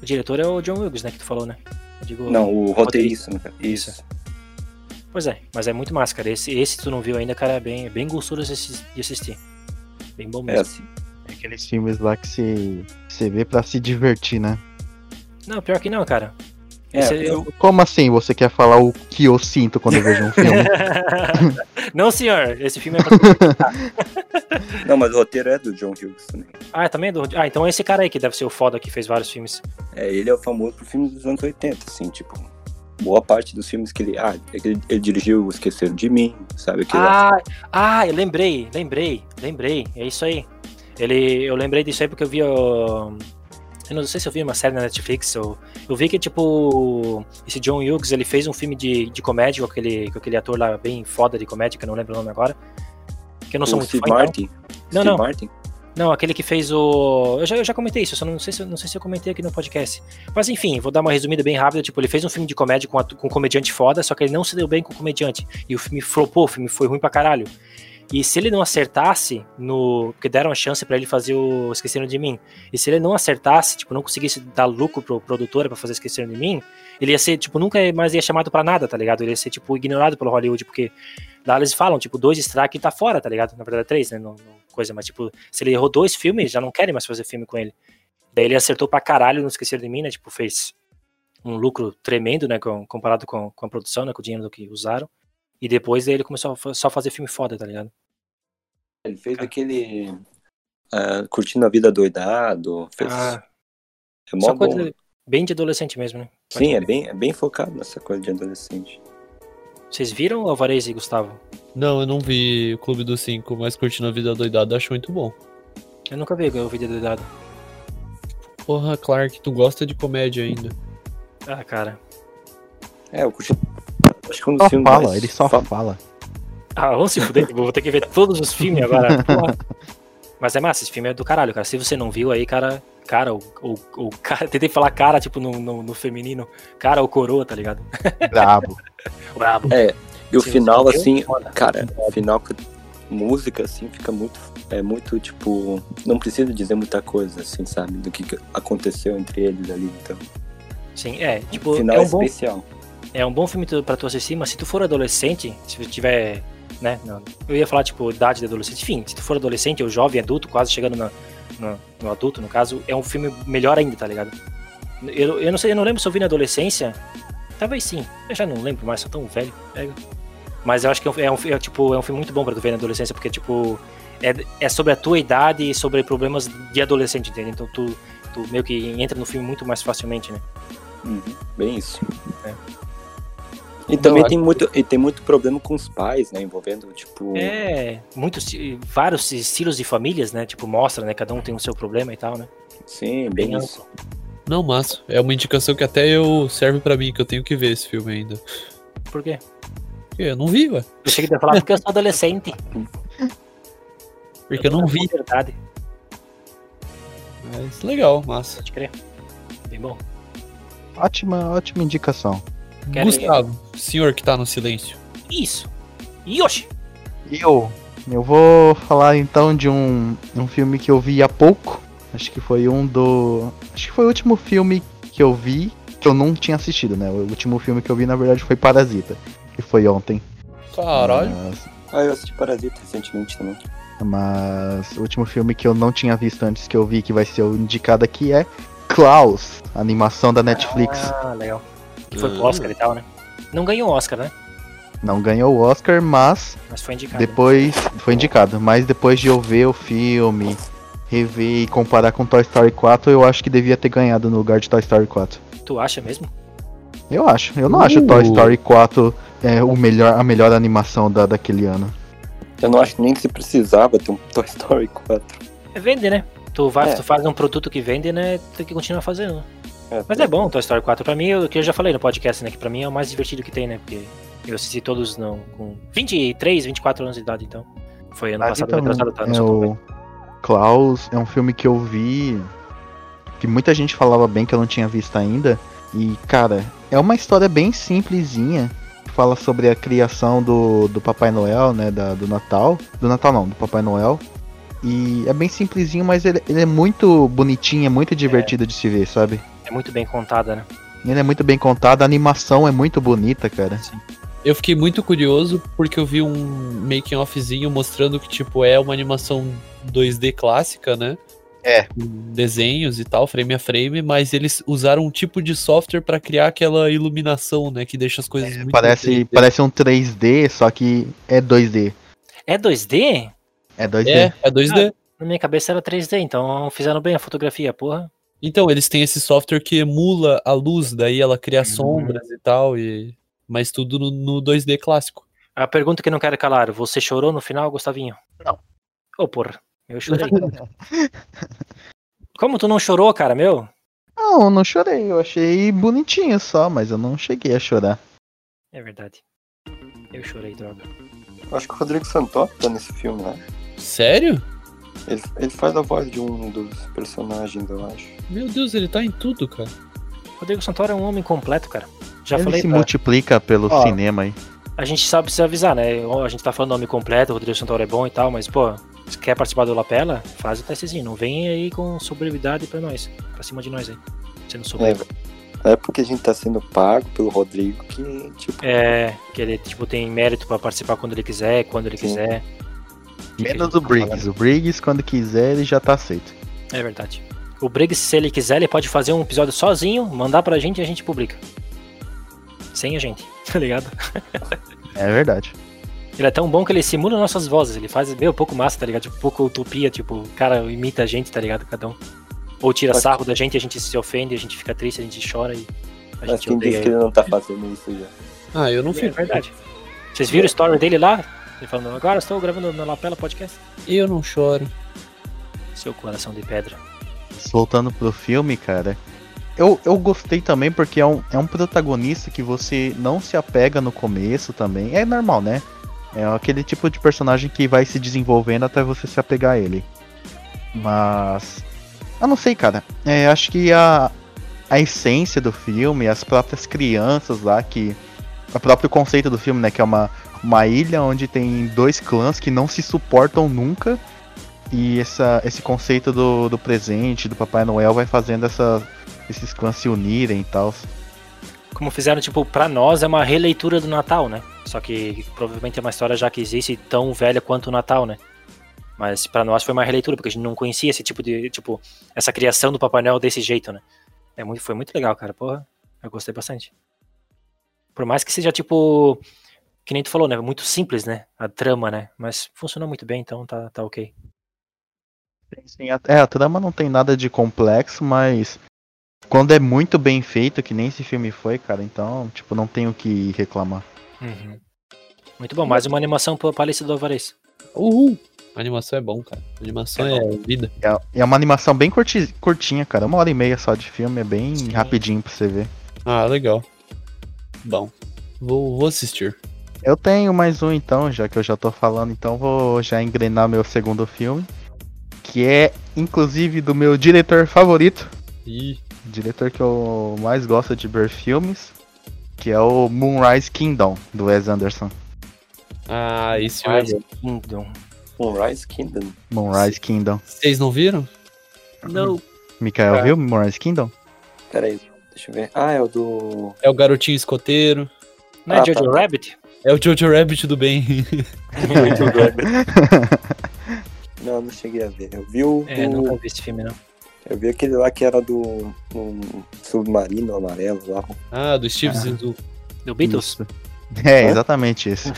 [SPEAKER 1] O diretor é o John Hughes, né, que tu falou, né? Eu digo,
[SPEAKER 3] Não, o roteirista, né, cara? Isso.
[SPEAKER 1] Pois é, mas é muito máscara. Esse, esse tu não viu ainda, cara, é bem, bem gostoso de assis- de assistir. Bem bom
[SPEAKER 3] É
[SPEAKER 1] mesmo.
[SPEAKER 3] assim.
[SPEAKER 4] Aqueles filmes lá que você, você vê pra se divertir, né?
[SPEAKER 1] Não, pior que não, cara.
[SPEAKER 3] É,
[SPEAKER 1] Esse é-
[SPEAKER 3] eu,
[SPEAKER 4] Como assim você quer falar o que eu sinto quando eu vejo um filme?
[SPEAKER 1] não, senhor, esse filme é pra...
[SPEAKER 3] não, mas o roteiro é do John Hughes também.
[SPEAKER 1] Ah, também é do... Ah, então é esse cara aí que deve ser o foda que fez vários filmes.
[SPEAKER 3] É, ele é o famoso pro filme dos anos 80, assim, tipo, boa parte dos filmes que ele. Ah, é que ele, ele dirigiu o Esqueceram de Mim, sabe? Aquele,
[SPEAKER 1] Ah, ah, eu lembrei, lembrei, lembrei. É isso aí. Ele, eu lembrei disso aí porque eu vi o... Eu não sei se eu vi uma série na Netflix ou... Eu vi que, tipo, esse John Hughes, ele fez um filme de, de comédia com aquele, com aquele ator lá bem foda de comédia, que eu não lembro o nome agora. Que eu não sou
[SPEAKER 3] o
[SPEAKER 1] muito
[SPEAKER 3] Steve
[SPEAKER 1] fã, então.
[SPEAKER 3] Martin.
[SPEAKER 1] Não,
[SPEAKER 3] Steve
[SPEAKER 1] não.
[SPEAKER 3] Martin.
[SPEAKER 1] Não, aquele que fez o. Eu já, eu já comentei isso, eu só não sei, se, eu- não sei se eu comentei aqui no podcast. Mas enfim, vou dar uma resumida bem rápida. Tipo, ele fez um filme de comédia com, atu- com um comediante foda, só que ele não se deu bem com o comediante. E o filme flopou, o filme foi ruim pra caralho. E se ele não acertasse no. Porque deram a chance pra ele fazer o Esqueceram de Mim. E se ele não acertasse, tipo, não conseguisse dar lucro pro produtora pra fazer Esqueceram de Mim, ele ia ser, tipo, nunca mais ia chamado pra nada, tá ligado? Ele ia ser, tipo, ignorado pelo Hollywood, porque lá eles falam, tipo, dois strike e tá fora, tá ligado? Na verdade, três, né? Não, não- coisa, mas, tipo, se ele errou dois filmes, já não querem mais fazer filme com ele. Daí ele acertou pra caralho, não esqueceram de mim, né? Tipo, fez um lucro tremendo, né? com- comparado com, com a produção, né? Com o dinheiro que usaram. E depois daí ele começou a fa- só fazer filme foda, tá ligado?
[SPEAKER 3] Ele fez
[SPEAKER 1] Cara.
[SPEAKER 3] aquele. ah, Curtindo a Vida Doidado. Fez, é mó
[SPEAKER 1] só
[SPEAKER 3] bom.
[SPEAKER 1] Ah, coisa bem de adolescente mesmo, né?
[SPEAKER 3] Sim, é bem, é bem focado nessa coisa de adolescente.
[SPEAKER 1] Vocês viram Alvarez e Gustavo?
[SPEAKER 2] Não, eu não vi o Clube dos Cinco, mas curtindo a vida doidada, acho muito bom.
[SPEAKER 1] Eu nunca vi o vídeo do dado.
[SPEAKER 2] Porra, Clark, tu gosta de comédia ainda.
[SPEAKER 1] Ah, cara.
[SPEAKER 3] É, o Curtindo. Acho que é um dos
[SPEAKER 4] Só
[SPEAKER 3] filmes
[SPEAKER 4] fala,
[SPEAKER 3] mais
[SPEAKER 4] ele só
[SPEAKER 3] fa-
[SPEAKER 4] fala.
[SPEAKER 1] Ah, vamos se fuder, tipo, vou ter que ver todos os filmes agora. porra. Mas é massa, esse filme é do caralho, cara. Se você não viu aí, cara. Cara, o, o, o cara. Tentei falar cara, tipo, no, no, no feminino. Cara, o coroa, tá ligado?
[SPEAKER 4] Brabo.
[SPEAKER 1] Brabo.
[SPEAKER 3] E o
[SPEAKER 1] Se você
[SPEAKER 3] final,
[SPEAKER 1] viu,
[SPEAKER 3] assim,
[SPEAKER 1] é foda.
[SPEAKER 3] Cara, no final que- música assim fica muito é muito tipo, não precisa dizer muita coisa assim, sabe, do que que aconteceu entre eles ali, então.
[SPEAKER 1] Sim, é.
[SPEAKER 3] O
[SPEAKER 1] Tipo,
[SPEAKER 3] final
[SPEAKER 1] é
[SPEAKER 3] é
[SPEAKER 1] um, bom,
[SPEAKER 3] especial.
[SPEAKER 1] é um bom filme tu- pra tu assistir, mas se tu for adolescente, se tu tiver. Né? não, eu ia falar, tipo, idade de adolescente. Enfim, se tu for adolescente ou jovem, adulto, quase chegando na, na- no adulto, no caso, é um filme melhor ainda, tá ligado? Eu, eu não sei, eu não lembro se eu vi na adolescência. Talvez sim. Eu já não lembro mais, sou tão velho. É. Mas eu acho que é um, é um- é, tipo, é um filme muito bom pra tu ver na adolescência, porque, tipo, é, é sobre a tua idade e sobre problemas de adolescente, entende? Então tu, tu meio que entra no filme muito mais facilmente, né?
[SPEAKER 3] Uhum, bem isso.
[SPEAKER 1] É.
[SPEAKER 3] E também
[SPEAKER 2] Não,
[SPEAKER 3] tem muito e tem muito problema com os pais, né, envolvendo tipo
[SPEAKER 1] É, muitos, vários estilos de famílias, né? Tipo, mostra, né? Cada um tem o seu problema e tal, né?
[SPEAKER 3] sim, bem
[SPEAKER 1] Bem
[SPEAKER 3] isso.
[SPEAKER 2] Não, massa. É uma indicação que até eu serve pra mim, que eu tenho que ver esse filme ainda.
[SPEAKER 1] Por quê?
[SPEAKER 2] Porque Eu não vi, ué.
[SPEAKER 1] Eu cheguei a falar porque eu sou adolescente.
[SPEAKER 2] Porque eu não vi.
[SPEAKER 1] É verdade,
[SPEAKER 2] Mas legal, massa.
[SPEAKER 1] pode crer. Bem bom.
[SPEAKER 4] Ótima, ótima indicação.
[SPEAKER 1] Querem-
[SPEAKER 2] Gustavo, senhor que tá no silêncio.
[SPEAKER 1] Isso. Yoshi.
[SPEAKER 4] E eu? Eu vou falar então de um, um filme que eu vi há pouco. Acho que foi um do. Acho que foi o último filme que eu vi que eu não tinha assistido, né? O último filme que eu vi, na verdade, foi Parasita. Que foi ontem.
[SPEAKER 2] Caralho.
[SPEAKER 4] Mas,
[SPEAKER 3] Ah, eu assisti Parasita recentemente também.
[SPEAKER 4] mas o último filme que eu não tinha visto antes que eu vi, que vai ser o indicado aqui, é Klaus, a animação da Netflix.
[SPEAKER 1] Ah, legal. Que foi pro
[SPEAKER 2] Ah.
[SPEAKER 1] Oscar e tal, né? Não ganhou Oscar, né?
[SPEAKER 4] Não ganhou o Oscar, mas
[SPEAKER 1] Mas foi indicado.
[SPEAKER 4] depois foi indicado. Mas depois de eu ver o filme, rever e comparar com Toy Story 4, eu acho que devia ter ganhado no lugar de Toy Story 4.
[SPEAKER 1] Tu acha mesmo?
[SPEAKER 4] Eu acho. Eu não acho
[SPEAKER 2] Uh.
[SPEAKER 4] Toy Story 4 é o melhor, a melhor animação da, daquele ano.
[SPEAKER 3] Eu não acho nem que se precisava ter um Toy Story 4.
[SPEAKER 1] É vender, né? Tu, vai,
[SPEAKER 3] É.
[SPEAKER 1] tu faz um produto que vende, né? Tem que continuar fazendo. né?
[SPEAKER 3] É,
[SPEAKER 1] Mas é bom Toy Story 4. Pra mim, eu, que eu já falei no podcast, né? Que pra mim é o mais divertido que tem, né? Porque eu assisti todos não, com 23, 24 anos de idade, então. Foi ano
[SPEAKER 4] Ali
[SPEAKER 1] passado,
[SPEAKER 4] também
[SPEAKER 1] retrasado, tá? Não
[SPEAKER 4] é
[SPEAKER 1] sei como é.
[SPEAKER 4] o Klaus é um filme que eu vi que muita gente falava bem que eu não tinha visto ainda e cara é uma história bem simplesinha fala sobre a criação do, do Papai Noel né da- do Natal do Natal não do Papai Noel e é bem simplesinho mas ele, ele é muito bonitinho é muito divertido de se ver sabe
[SPEAKER 1] É muito bem contada, né?
[SPEAKER 4] ele é muito bem contado a animação é muito bonita cara
[SPEAKER 2] Eu fiquei muito curioso porque eu vi um making offzinho mostrando que tipo é uma animação 2D clássica, né?
[SPEAKER 4] É.
[SPEAKER 2] Com Desenhos e tal, frame a frame, mas eles usaram um tipo de software pra criar aquela iluminação, né, que deixa as coisas muito
[SPEAKER 4] É, parece
[SPEAKER 2] 3D.
[SPEAKER 4] parece um 3D só que é 2D
[SPEAKER 1] É 2D?
[SPEAKER 4] é 2D
[SPEAKER 2] É, é 2D.
[SPEAKER 1] Na minha cabeça era 3D, então fizeram bem a fotografia, porra.
[SPEAKER 2] Então, eles têm esse software que emula a luz, daí ela cria
[SPEAKER 1] Uhum.
[SPEAKER 2] sombras e tal e mas tudo no, no 2D clássico.
[SPEAKER 1] A pergunta que não quero calar, você chorou no final, Gustavinho?
[SPEAKER 4] Não.
[SPEAKER 1] Ô, porra, eu chorei. Como tu não chorou, cara, meu?
[SPEAKER 4] Não, eu não chorei. Eu achei bonitinho só, mas eu não cheguei a chorar.
[SPEAKER 1] É verdade. Eu chorei, droga.
[SPEAKER 3] Eu acho que o Rodrigo Santoro tá nesse filme, né?
[SPEAKER 2] Sério?
[SPEAKER 3] Ele, ele faz a voz de um dos personagens, eu acho.
[SPEAKER 2] Meu Deus, ele tá em tudo, cara.
[SPEAKER 1] Rodrigo Santoro é um homem completo, cara. Já
[SPEAKER 4] Ele
[SPEAKER 1] falei,
[SPEAKER 4] se
[SPEAKER 1] pra-
[SPEAKER 4] multiplica pelo
[SPEAKER 5] Ó.
[SPEAKER 4] cinema aí.
[SPEAKER 1] a gente sabe se avisar, né? Ó, A gente tá falando nome completo, o Rodrigo Santoro é bom e tal, mas, pô, se quer participar do Lapela, faz o testezinho. Não vem aí com sobriedade pra nós, pra cima de nós aí. Você não souber.
[SPEAKER 3] É, é porque a gente tá sendo pago pelo Rodrigo que, tipo,
[SPEAKER 1] É. que ele, tipo, tem mérito pra participar quando ele quiser, quando ele
[SPEAKER 3] Sim.
[SPEAKER 1] quiser.
[SPEAKER 4] Menos o Briggs. O Briggs, quando quiser, ele já tá aceito.
[SPEAKER 1] É verdade. O Briggs, se ele quiser, ele pode fazer um episódio sozinho, mandar pra gente e a gente publica. Sem a gente, tá ligado?
[SPEAKER 4] É verdade.
[SPEAKER 1] Ele é tão bom que ele simula nossas vozes, ele faz meio pouco massa, tá ligado? Tipo, pouco utopia, tipo, o cara imita a gente, tá ligado? Cada um. Ou tira
[SPEAKER 3] Mas-
[SPEAKER 1] sarro da gente, a gente se ofende, a gente fica triste, a gente chora e a
[SPEAKER 3] mas
[SPEAKER 1] gente
[SPEAKER 3] quem disse
[SPEAKER 1] odeia
[SPEAKER 3] que
[SPEAKER 1] ele.
[SPEAKER 3] ele não tá fazendo isso já?
[SPEAKER 2] Ah, eu não
[SPEAKER 1] É
[SPEAKER 2] fico.
[SPEAKER 1] verdade. Vocês viram o story dele lá? Ele falando, agora estou gravando na lapela podcast.
[SPEAKER 2] Eu não choro.
[SPEAKER 1] Seu coração de pedra.
[SPEAKER 4] Mas Voltando pro filme, cara. Eu, eu gostei também porque é um, é um protagonista que você não se apega no começo também. É normal, né? É aquele tipo de personagem que vai se desenvolvendo até você se apegar a ele. Mas. Eu não sei, cara. É, acho que a, a essência do filme, as próprias crianças lá, que. O próprio conceito do filme, né? Que é uma, uma ilha onde tem dois clãs que não se suportam nunca. E essa, esse conceito do, do presente, do Papai Noel, vai fazendo essa, esses clãs se unirem e tal.
[SPEAKER 1] Como fizeram, tipo, pra nós é uma releitura do Natal, né? Só que provavelmente é uma história já que existe tão velha quanto o Natal, né? Mas pra nós foi uma releitura, porque a gente não conhecia esse tipo de. Tipo, essa criação do Papai Noel desse jeito, né? É muito, foi muito legal, cara. Porra, eu gostei bastante. Por mais que seja, tipo. Que nem tu falou, né? Muito simples, né? A trama, né? Mas funcionou muito bem, então tá, tá ok.
[SPEAKER 4] Sim, a- é, a trama não tem nada de complexo, mas quando é muito bem feito, que nem esse filme foi, cara, então, tipo, não tenho o que reclamar.
[SPEAKER 1] Muito bom. Mais uma animação pra pra lista do Alvarez.
[SPEAKER 2] Uhul. A animação é bom, cara. A animação é, vida.
[SPEAKER 4] É, é uma animação bem curti, curtinha, cara, uma hora e meia só de filme, é bem
[SPEAKER 1] Sim.
[SPEAKER 4] rapidinho pra você ver.
[SPEAKER 2] Ah, legal. Bom. Vou, vou assistir.
[SPEAKER 4] Eu tenho mais um então, já que eu já tô falando, então vou já engrenar meu segundo filme, que é, inclusive, do meu diretor favorito,
[SPEAKER 2] Ih,
[SPEAKER 4] diretor que eu mais gosto de ver filmes, que é o Moonrise Kingdom, do Wes Anderson.
[SPEAKER 2] ah, esse
[SPEAKER 1] Mas-
[SPEAKER 2] olha.
[SPEAKER 1] Kingdom.
[SPEAKER 3] Moonrise Kingdom.
[SPEAKER 4] Moonrise Kingdom.
[SPEAKER 2] Vocês não viram?
[SPEAKER 1] Não.
[SPEAKER 4] Mikael
[SPEAKER 3] Tá.
[SPEAKER 4] viu Moonrise Kingdom?
[SPEAKER 3] Pera aí, deixa eu ver. Ah, é o do.
[SPEAKER 2] É o garotinho escoteiro.
[SPEAKER 1] Não é
[SPEAKER 3] Ah,
[SPEAKER 1] Jojo
[SPEAKER 3] tá.
[SPEAKER 1] Rabbit?
[SPEAKER 2] É o Jojo Rabbit do bem.
[SPEAKER 3] não, não cheguei a ver. Eu vi o.
[SPEAKER 1] É,
[SPEAKER 3] o-
[SPEAKER 1] nunca vi esse filme, não.
[SPEAKER 3] Eu vi aquele lá que era do. um submarino amarelo lá.
[SPEAKER 2] ah, do Steve
[SPEAKER 4] Ah.
[SPEAKER 2] Zissou.
[SPEAKER 1] Do Beatles?
[SPEAKER 4] Isso. É, exatamente isso.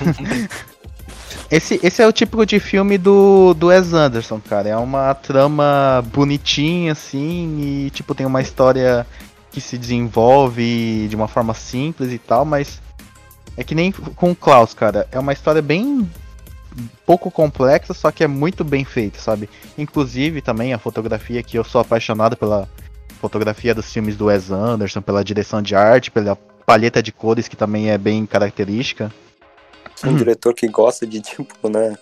[SPEAKER 4] esse, esse é o típico de filme do, do Wes Anderson, cara. É uma trama bonitinha, assim, e tipo, tem uma história que se desenvolve de uma forma simples e tal, mas é que nem com o Klaus, cara. É uma história bem pouco complexa, só que é muito bem feita, sabe? Inclusive também a fotografia, que eu sou apaixonado pela fotografia dos filmes do Wes Anderson, pela direção de arte, pela palheta de cores, que também é bem característica.
[SPEAKER 3] É um
[SPEAKER 1] Hum.
[SPEAKER 3] diretor que gosta de, tipo, né?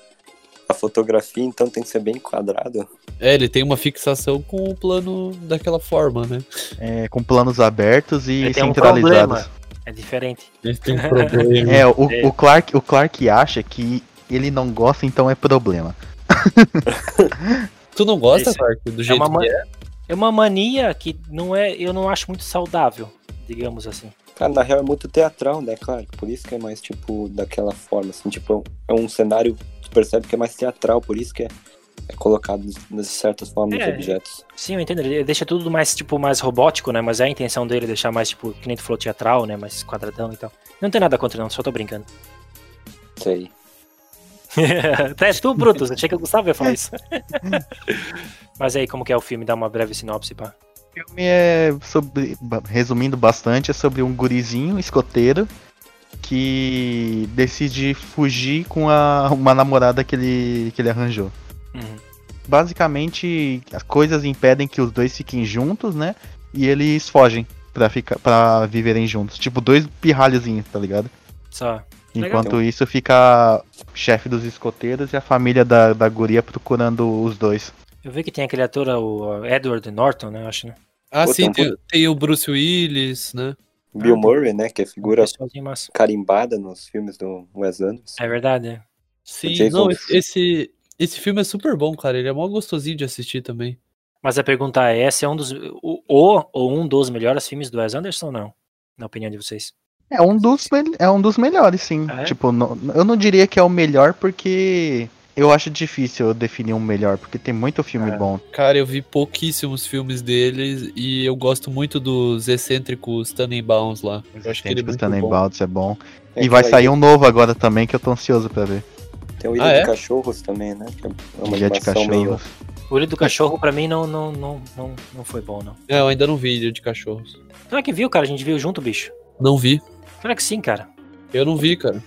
[SPEAKER 3] A fotografia, então tem que ser bem quadrado.
[SPEAKER 2] É, ele tem uma fixação com o plano daquela forma, né?
[SPEAKER 4] É, com planos abertos e
[SPEAKER 1] Ele tem um
[SPEAKER 4] centralizados.
[SPEAKER 1] problema. É diferente.
[SPEAKER 2] Ele tem um problema.
[SPEAKER 4] é, o, o, Clark, o Clark acha que ele não gosta, então é problema.
[SPEAKER 2] Tu não gosta,
[SPEAKER 1] Esse-
[SPEAKER 2] Clark, do jeito
[SPEAKER 1] uma ma-
[SPEAKER 2] que é?
[SPEAKER 1] É uma mania que não é, eu não acho muito saudável, digamos assim.
[SPEAKER 3] Cara, na real é muito teatral, né, claro? Por isso que é mais, tipo, daquela forma, assim, tipo, é um cenário, tu percebe que é mais teatral, por isso que é, é colocado de certas formas
[SPEAKER 1] É.
[SPEAKER 3] os objetos.
[SPEAKER 1] Sim, eu entendo. Ele deixa tudo mais, tipo, mais robótico, né? Mas é a intenção dele deixar mais, tipo, que nem tu falou, teatral, né? Mais quadradão e tal. Não tem nada contra, não. Só tô brincando.
[SPEAKER 3] Sei.
[SPEAKER 1] Até tu, Brutus. é Achei que o Gustavo ia falar isso. Mas aí, como que é o filme? Dá uma breve sinopse, pá.
[SPEAKER 4] O filme é sobre, ba- resumindo bastante, é sobre um gurizinho escoteiro que decide fugir com a, uma namorada que ele, que ele arranjou.
[SPEAKER 1] Uhum.
[SPEAKER 4] Basicamente, as coisas impedem que os dois fiquem juntos, né? E eles fogem pra, ficar, pra viverem juntos. Tipo, dois pirralhozinhos, tá ligado?
[SPEAKER 1] Só. Legal.
[SPEAKER 4] Enquanto isso, fica o chefe dos escoteiros e a família da, da guria procurando os dois.
[SPEAKER 1] Eu vi que tem aquele ator, o Edward Norton, né? Eu acho, né?
[SPEAKER 2] Ah,
[SPEAKER 3] Pô,
[SPEAKER 2] sim,
[SPEAKER 3] tem
[SPEAKER 2] tem, tem o Bruce Willis, né?
[SPEAKER 3] Bill
[SPEAKER 1] Ah,
[SPEAKER 3] Murray, né, que é figura
[SPEAKER 1] Pessoalzinho massa.
[SPEAKER 3] carimbada nos filmes do Wes Anderson.
[SPEAKER 1] É verdade, né?
[SPEAKER 2] Sim,
[SPEAKER 3] Jason-
[SPEAKER 2] não, esse, esse, esse filme é super bom, cara. Ele é mó gostosinho de assistir também.
[SPEAKER 1] Mas a pergunta é, esse é um dos... O, o- ou um dos melhores filmes do Wes Anderson ou não? Na opinião de vocês.
[SPEAKER 4] É um dos, mel- é um dos melhores, sim.
[SPEAKER 1] Ah, é?
[SPEAKER 4] Tipo, não- eu não diria que é o melhor porque eu acho difícil eu definir um melhor, porque tem muito filme bom.
[SPEAKER 2] Cara, eu vi pouquíssimos filmes dele e eu gosto muito dos excêntricos Tannenbaums lá. Eu acho que ele é
[SPEAKER 4] Tênis
[SPEAKER 2] muito
[SPEAKER 4] Stanley
[SPEAKER 2] bom.
[SPEAKER 4] Baldes é bom.
[SPEAKER 3] É
[SPEAKER 4] e
[SPEAKER 3] que
[SPEAKER 4] vai sair um novo agora também que eu tô ansioso pra ver.
[SPEAKER 3] Tem o Ilha
[SPEAKER 2] Ah,
[SPEAKER 3] de
[SPEAKER 2] é?
[SPEAKER 3] Cachorros também, né? Que é uma
[SPEAKER 4] Dia de
[SPEAKER 3] animação
[SPEAKER 4] cachorro.
[SPEAKER 3] meio...
[SPEAKER 1] O Olho do Cachorro, pra mim, não, não, não, não, não foi bom, não.
[SPEAKER 2] É, eu ainda não vi Ilha de Cachorros.
[SPEAKER 1] Será que viu, cara? A gente viu junto, bicho.
[SPEAKER 2] Não vi.
[SPEAKER 1] Será que sim, cara?
[SPEAKER 2] Eu não vi, cara.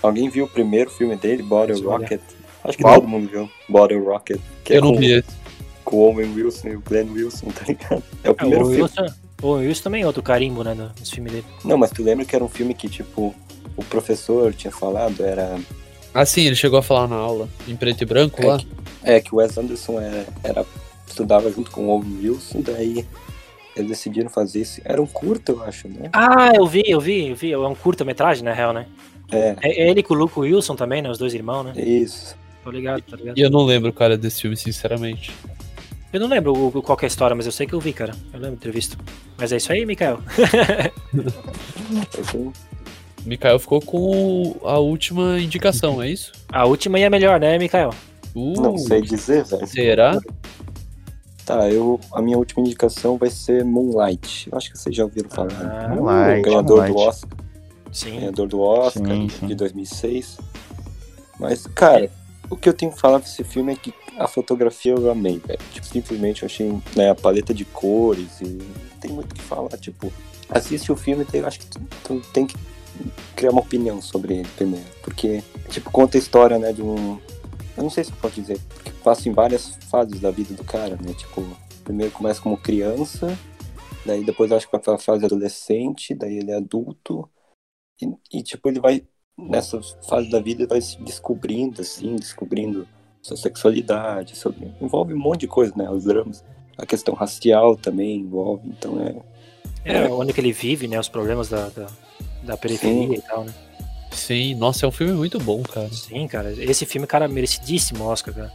[SPEAKER 3] Alguém viu o primeiro filme dele, Bottle
[SPEAKER 1] Deixa eu olhar.
[SPEAKER 3] Rocket? Acho que
[SPEAKER 4] Qual?
[SPEAKER 3] todo mundo viu. Bottle Rocket. Que
[SPEAKER 2] eu
[SPEAKER 3] é
[SPEAKER 2] não
[SPEAKER 3] com,
[SPEAKER 2] vi esse.
[SPEAKER 3] com o Owen Wilson e o Glenn Wilson, tá ligado? É o
[SPEAKER 1] É, o
[SPEAKER 3] primeiro filme.
[SPEAKER 1] Wilson, o Wilson também é outro carimbo, né? no- Nos filmes dele.
[SPEAKER 3] Não, mas tu lembra que era um filme que, tipo, o professor tinha falado, era...
[SPEAKER 2] Ah, sim, ele chegou a falar na aula, em preto e branco
[SPEAKER 3] É
[SPEAKER 2] lá.
[SPEAKER 3] É, que o Wes Anderson era, era- estudava junto com o Owen Wilson, daí eles decidiram fazer isso. Era um curto, eu acho, né?
[SPEAKER 1] Ah, eu vi, eu vi, eu vi. É um curta-metragem, na real, né?
[SPEAKER 3] É,
[SPEAKER 1] É, é ele com o Luke Wilson também, né? Os dois irmãos, né?
[SPEAKER 3] isso.
[SPEAKER 1] Tô ligado, tá ligado.
[SPEAKER 2] E eu não lembro, cara, desse filme, sinceramente.
[SPEAKER 1] Eu não lembro o- o- qual que é a história, mas eu sei que eu vi, cara. Eu lembro de ter visto. Mas é isso aí, Mikael.
[SPEAKER 3] Eu tenho-
[SPEAKER 2] O Mikael ficou com a última indicação, é isso?
[SPEAKER 1] A última e a melhor, né, Mikael?
[SPEAKER 2] Uh,
[SPEAKER 3] Não sei dizer, velho.
[SPEAKER 2] Será?
[SPEAKER 3] Tá, eu, a minha última indicação vai ser Moonlight. Eu acho que vocês já ouviram falar. né?
[SPEAKER 1] Ah,
[SPEAKER 4] Moonlight,
[SPEAKER 3] ganhador do
[SPEAKER 4] Moonlight.
[SPEAKER 3] Oscar.
[SPEAKER 1] sim.
[SPEAKER 3] ganhador do Oscar
[SPEAKER 4] Sim, sim.
[SPEAKER 3] de 2006. Mas, cara, o que eu tenho que falar desse filme é que a fotografia eu amei, velho. Tipo, simplesmente eu achei né, a paleta de cores e não tem muito o que falar. Tipo, assiste o filme e tem- acho que tu, tu tem que criar uma opinião sobre ele primeiro. Porque, tipo, conta a história, né, de um... Eu não sei se eu posso dizer, porque passa em várias fases da vida do cara, né? Tipo, primeiro começa como criança, daí depois eu acho que vai pra fase adolescente, daí ele é adulto, e, e, tipo, ele vai, nessa fase da vida, ele vai se descobrindo, assim, descobrindo sua sexualidade, seu- envolve um monte de coisa, né? Os dramas. A questão racial também envolve, então é.
[SPEAKER 1] É onde que ele vive, né? Os problemas da, da, da periferia
[SPEAKER 3] Sim.
[SPEAKER 1] e tal, né?
[SPEAKER 2] Sim, nossa, é um filme muito bom, cara.
[SPEAKER 1] Sim, cara. Esse filme, cara, merecidíssimo Oscar, cara.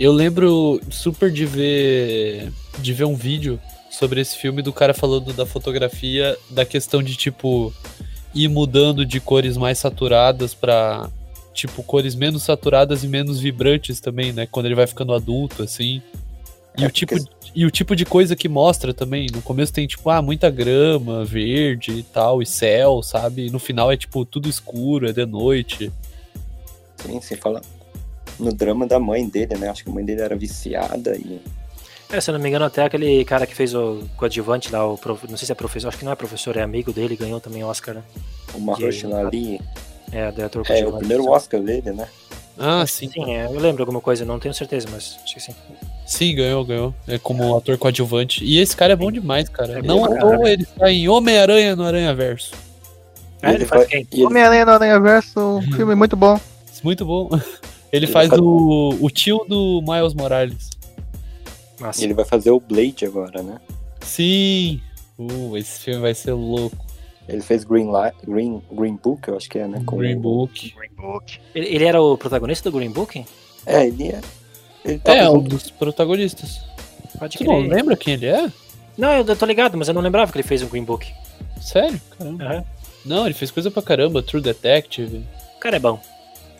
[SPEAKER 2] Eu lembro super de ver de ver um vídeo sobre esse filme do cara falando da fotografia, da questão de tipo ir mudando de cores mais saturadas pra tipo cores menos saturadas e menos vibrantes também, né, quando ele vai ficando adulto assim. E o, tipo, e o tipo de coisa que mostra também. No começo tem, tipo, ah, muita grama, verde e tal, e céu, sabe? E no final é, tipo, tudo escuro, é de noite.
[SPEAKER 3] Sim, sem falar assim, no drama da mãe dele, né? Acho que a mãe dele era viciada e.
[SPEAKER 1] É, se eu não me engano, até aquele cara que fez o coadjuvante lá, o prof- não sei se é professor, acho que não é professor, é amigo dele, ganhou também o Oscar, né?
[SPEAKER 3] O Mahershala Ali.
[SPEAKER 1] É, de ator
[SPEAKER 3] É,
[SPEAKER 1] coadjuvante.
[SPEAKER 3] o primeiro Oscar dele, né?
[SPEAKER 2] Ah,
[SPEAKER 1] Sim,
[SPEAKER 2] sim.
[SPEAKER 1] é, eu lembro alguma coisa, não tenho certeza, mas acho que sim.
[SPEAKER 2] Sim, ganhou, ganhou. É como ator coadjuvante. E esse cara é bom demais, cara.
[SPEAKER 1] É
[SPEAKER 2] Não
[SPEAKER 1] bom,
[SPEAKER 2] à
[SPEAKER 1] cara.
[SPEAKER 2] toa ele está em Homem-Aranha no Aranha Verso.
[SPEAKER 1] É, ele,
[SPEAKER 3] ele
[SPEAKER 1] faz
[SPEAKER 3] vai-
[SPEAKER 1] quem?
[SPEAKER 3] E ele
[SPEAKER 4] Homem-Aranha no Aranha Verso, um filme muito bom.
[SPEAKER 2] Muito bom. Ele
[SPEAKER 3] Ele
[SPEAKER 2] faz
[SPEAKER 3] faz-
[SPEAKER 2] o, o tio do Miles Morales.
[SPEAKER 1] Massa.
[SPEAKER 3] E ele vai fazer o Blade agora, né?
[SPEAKER 2] Sim! Uh, esse filme vai ser louco.
[SPEAKER 3] Ele fez Green, Li- Green, Green Book, eu acho que é, né? Com-
[SPEAKER 2] Green Book.
[SPEAKER 1] Ele, ele era o protagonista do Green Book?
[SPEAKER 3] É, ele é. Ele tava
[SPEAKER 2] É, um
[SPEAKER 3] junto.
[SPEAKER 2] dos protagonistas.
[SPEAKER 1] Pode
[SPEAKER 2] Tu não
[SPEAKER 1] crer.
[SPEAKER 2] lembra quem ele é?
[SPEAKER 1] Não, eu, eu tô ligado, mas eu não lembrava que ele fez um Green Book.
[SPEAKER 2] Sério? Caramba.
[SPEAKER 1] Aham.
[SPEAKER 2] Não, ele fez coisa pra caramba, True Detective.
[SPEAKER 1] O cara é bom.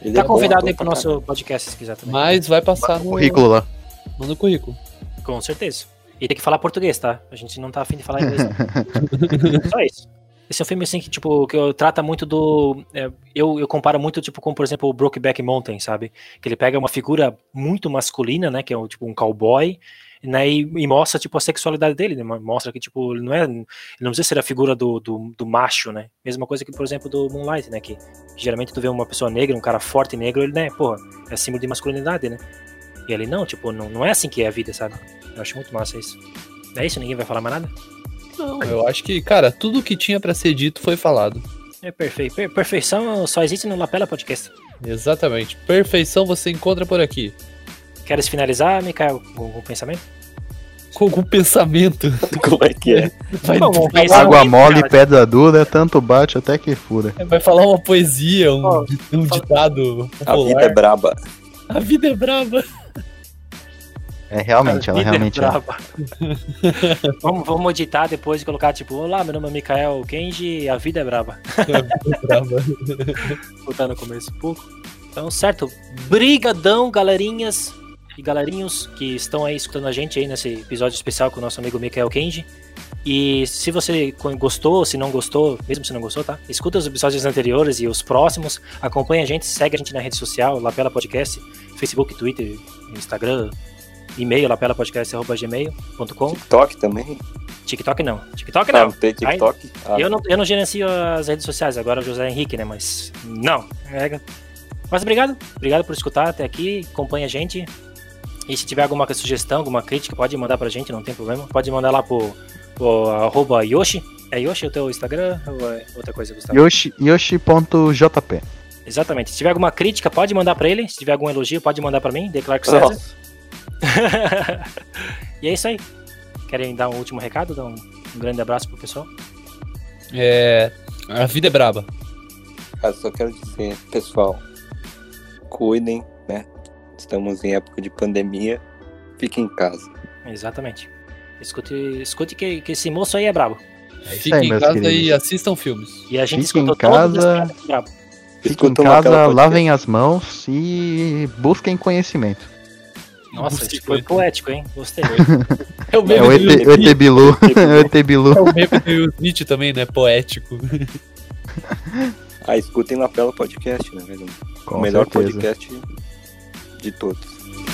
[SPEAKER 3] Ele
[SPEAKER 1] Tá
[SPEAKER 3] é bom
[SPEAKER 1] convidado
[SPEAKER 3] ator
[SPEAKER 1] aí pro
[SPEAKER 3] pra
[SPEAKER 1] nosso podcast se quiser também.
[SPEAKER 2] Mas vai passar no
[SPEAKER 4] Currículo lá.
[SPEAKER 2] Manda o currículo.
[SPEAKER 1] Com certeza. E tem que falar português, tá? A gente não tá afim de falar inglês. não. Só isso. Esse é um filme assim que, tipo, que eu- trata muito do. é, eu, eu comparo muito, tipo, com, por exemplo, o Brokeback Mountain, sabe? Que ele pega uma figura muito masculina, né? Que é um, tipo um cowboy, né? E, e mostra, tipo, a sexualidade dele, né? Mostra que, tipo, ele não é. Ele não precisa ser a figura do, do, do macho, né? Mesma coisa que, por exemplo, do Moonlight, né? Que geralmente tu vê uma pessoa negra, um cara forte e negro, ele, né, porra, é símbolo de masculinidade, né? E ele, não, tipo, não, não é assim que é a vida, sabe? Eu acho muito massa isso. É isso? Ninguém vai falar mais nada?
[SPEAKER 2] Não, eu acho que, cara, tudo que tinha pra ser dito foi falado.
[SPEAKER 1] É perfeito. Per- perfeição só existe no Lapela Podcast.
[SPEAKER 2] Exatamente. Perfeição você encontra por aqui.
[SPEAKER 1] Queres finalizar, Mikael, com com o pensamento?
[SPEAKER 2] Com algum pensamento.
[SPEAKER 3] caralho. Como é que é?
[SPEAKER 2] Vai,
[SPEAKER 1] Bom, vamos pensar
[SPEAKER 4] Água
[SPEAKER 1] nisso,
[SPEAKER 4] mole,
[SPEAKER 1] cara.
[SPEAKER 4] pedra dura, tanto bate até que fura.
[SPEAKER 2] vai falar uma poesia, um,
[SPEAKER 1] Ó,
[SPEAKER 2] um
[SPEAKER 1] fala-
[SPEAKER 2] ditado
[SPEAKER 3] A vida é
[SPEAKER 2] popular.
[SPEAKER 3] braba.
[SPEAKER 2] A vida é brava.
[SPEAKER 4] É, realmente, ela
[SPEAKER 1] Líder
[SPEAKER 4] realmente é.
[SPEAKER 1] braba. vamos, vamos editar depois e colocar, tipo, olá, meu nome é Mikael Kenji e a vida é braba.
[SPEAKER 2] A vida é brava.
[SPEAKER 1] Voltar no começo um pouco. Então, certo. Brigadão, galerinhas e galerinhos que estão aí escutando a gente aí nesse episódio especial com o nosso amigo Mikael Kenji. E se você co- gostou, se não gostou, mesmo se não gostou, tá? Escuta os episódios anteriores e os próximos, acompanha a gente, segue a gente na rede social, Lapela Podcast, Facebook, Twitter, Instagram, e-mail, lapelapodcast.gmail.com.
[SPEAKER 3] TikTok também.
[SPEAKER 1] TikTok não. TikTok
[SPEAKER 3] Ah,
[SPEAKER 1] não.
[SPEAKER 3] não tem TikTok. Ah,
[SPEAKER 1] Eu não, eu não gerencio as redes sociais, agora é o José Henrique, né? Mas não. É. Mas obrigado, obrigado por escutar até aqui, acompanha a gente. E se tiver alguma sugestão, alguma crítica, pode mandar pra gente, não tem problema. Pode mandar lá pro, pro arroba Yoshi. É Yoshi o teu Instagram ou é outra coisa, Gustavo?
[SPEAKER 4] Yoshi- Yoshi.jp.
[SPEAKER 1] Exatamente. Se tiver alguma crítica, pode mandar pra ele. Se tiver algum elogio, pode mandar pra mim, declaro que César.
[SPEAKER 3] Nossa,
[SPEAKER 1] e é isso aí. Querem dar um último recado? Dar um, um grande abraço pro pessoal?
[SPEAKER 2] É. A vida é braba.
[SPEAKER 3] cara, Ah, só quero dizer, pessoal, cuidem, né? Estamos em época de pandemia. Fiquem em casa.
[SPEAKER 1] Exatamente. Escute, escute que, que esse moço aí é brabo.
[SPEAKER 4] aí,
[SPEAKER 2] Fiquem em
[SPEAKER 4] meus
[SPEAKER 2] casa
[SPEAKER 4] queridos.
[SPEAKER 2] e assistam filmes.
[SPEAKER 1] E a gente
[SPEAKER 4] Fique em
[SPEAKER 1] escutou
[SPEAKER 4] casa.
[SPEAKER 1] todas as brabo.
[SPEAKER 4] Fiquem em
[SPEAKER 3] Escutam aquela
[SPEAKER 4] casa,
[SPEAKER 3] podcast.
[SPEAKER 4] lavem as mãos e busquem conhecimento.
[SPEAKER 1] Nossa,
[SPEAKER 2] Busquem
[SPEAKER 1] isso foi
[SPEAKER 2] coisas.
[SPEAKER 1] poético, hein? Gostei.
[SPEAKER 2] É o
[SPEAKER 4] É
[SPEAKER 2] meme
[SPEAKER 4] o ET,
[SPEAKER 2] do
[SPEAKER 4] o ET Bilu.
[SPEAKER 3] Tipo,
[SPEAKER 4] É o ET Bilu.
[SPEAKER 2] É o meme do Will Smith também, né? Poético.
[SPEAKER 3] Ah, escutem Lapela Podcast, né, velho?
[SPEAKER 4] Com
[SPEAKER 3] o melhor
[SPEAKER 4] certeza.
[SPEAKER 3] podcast de todos.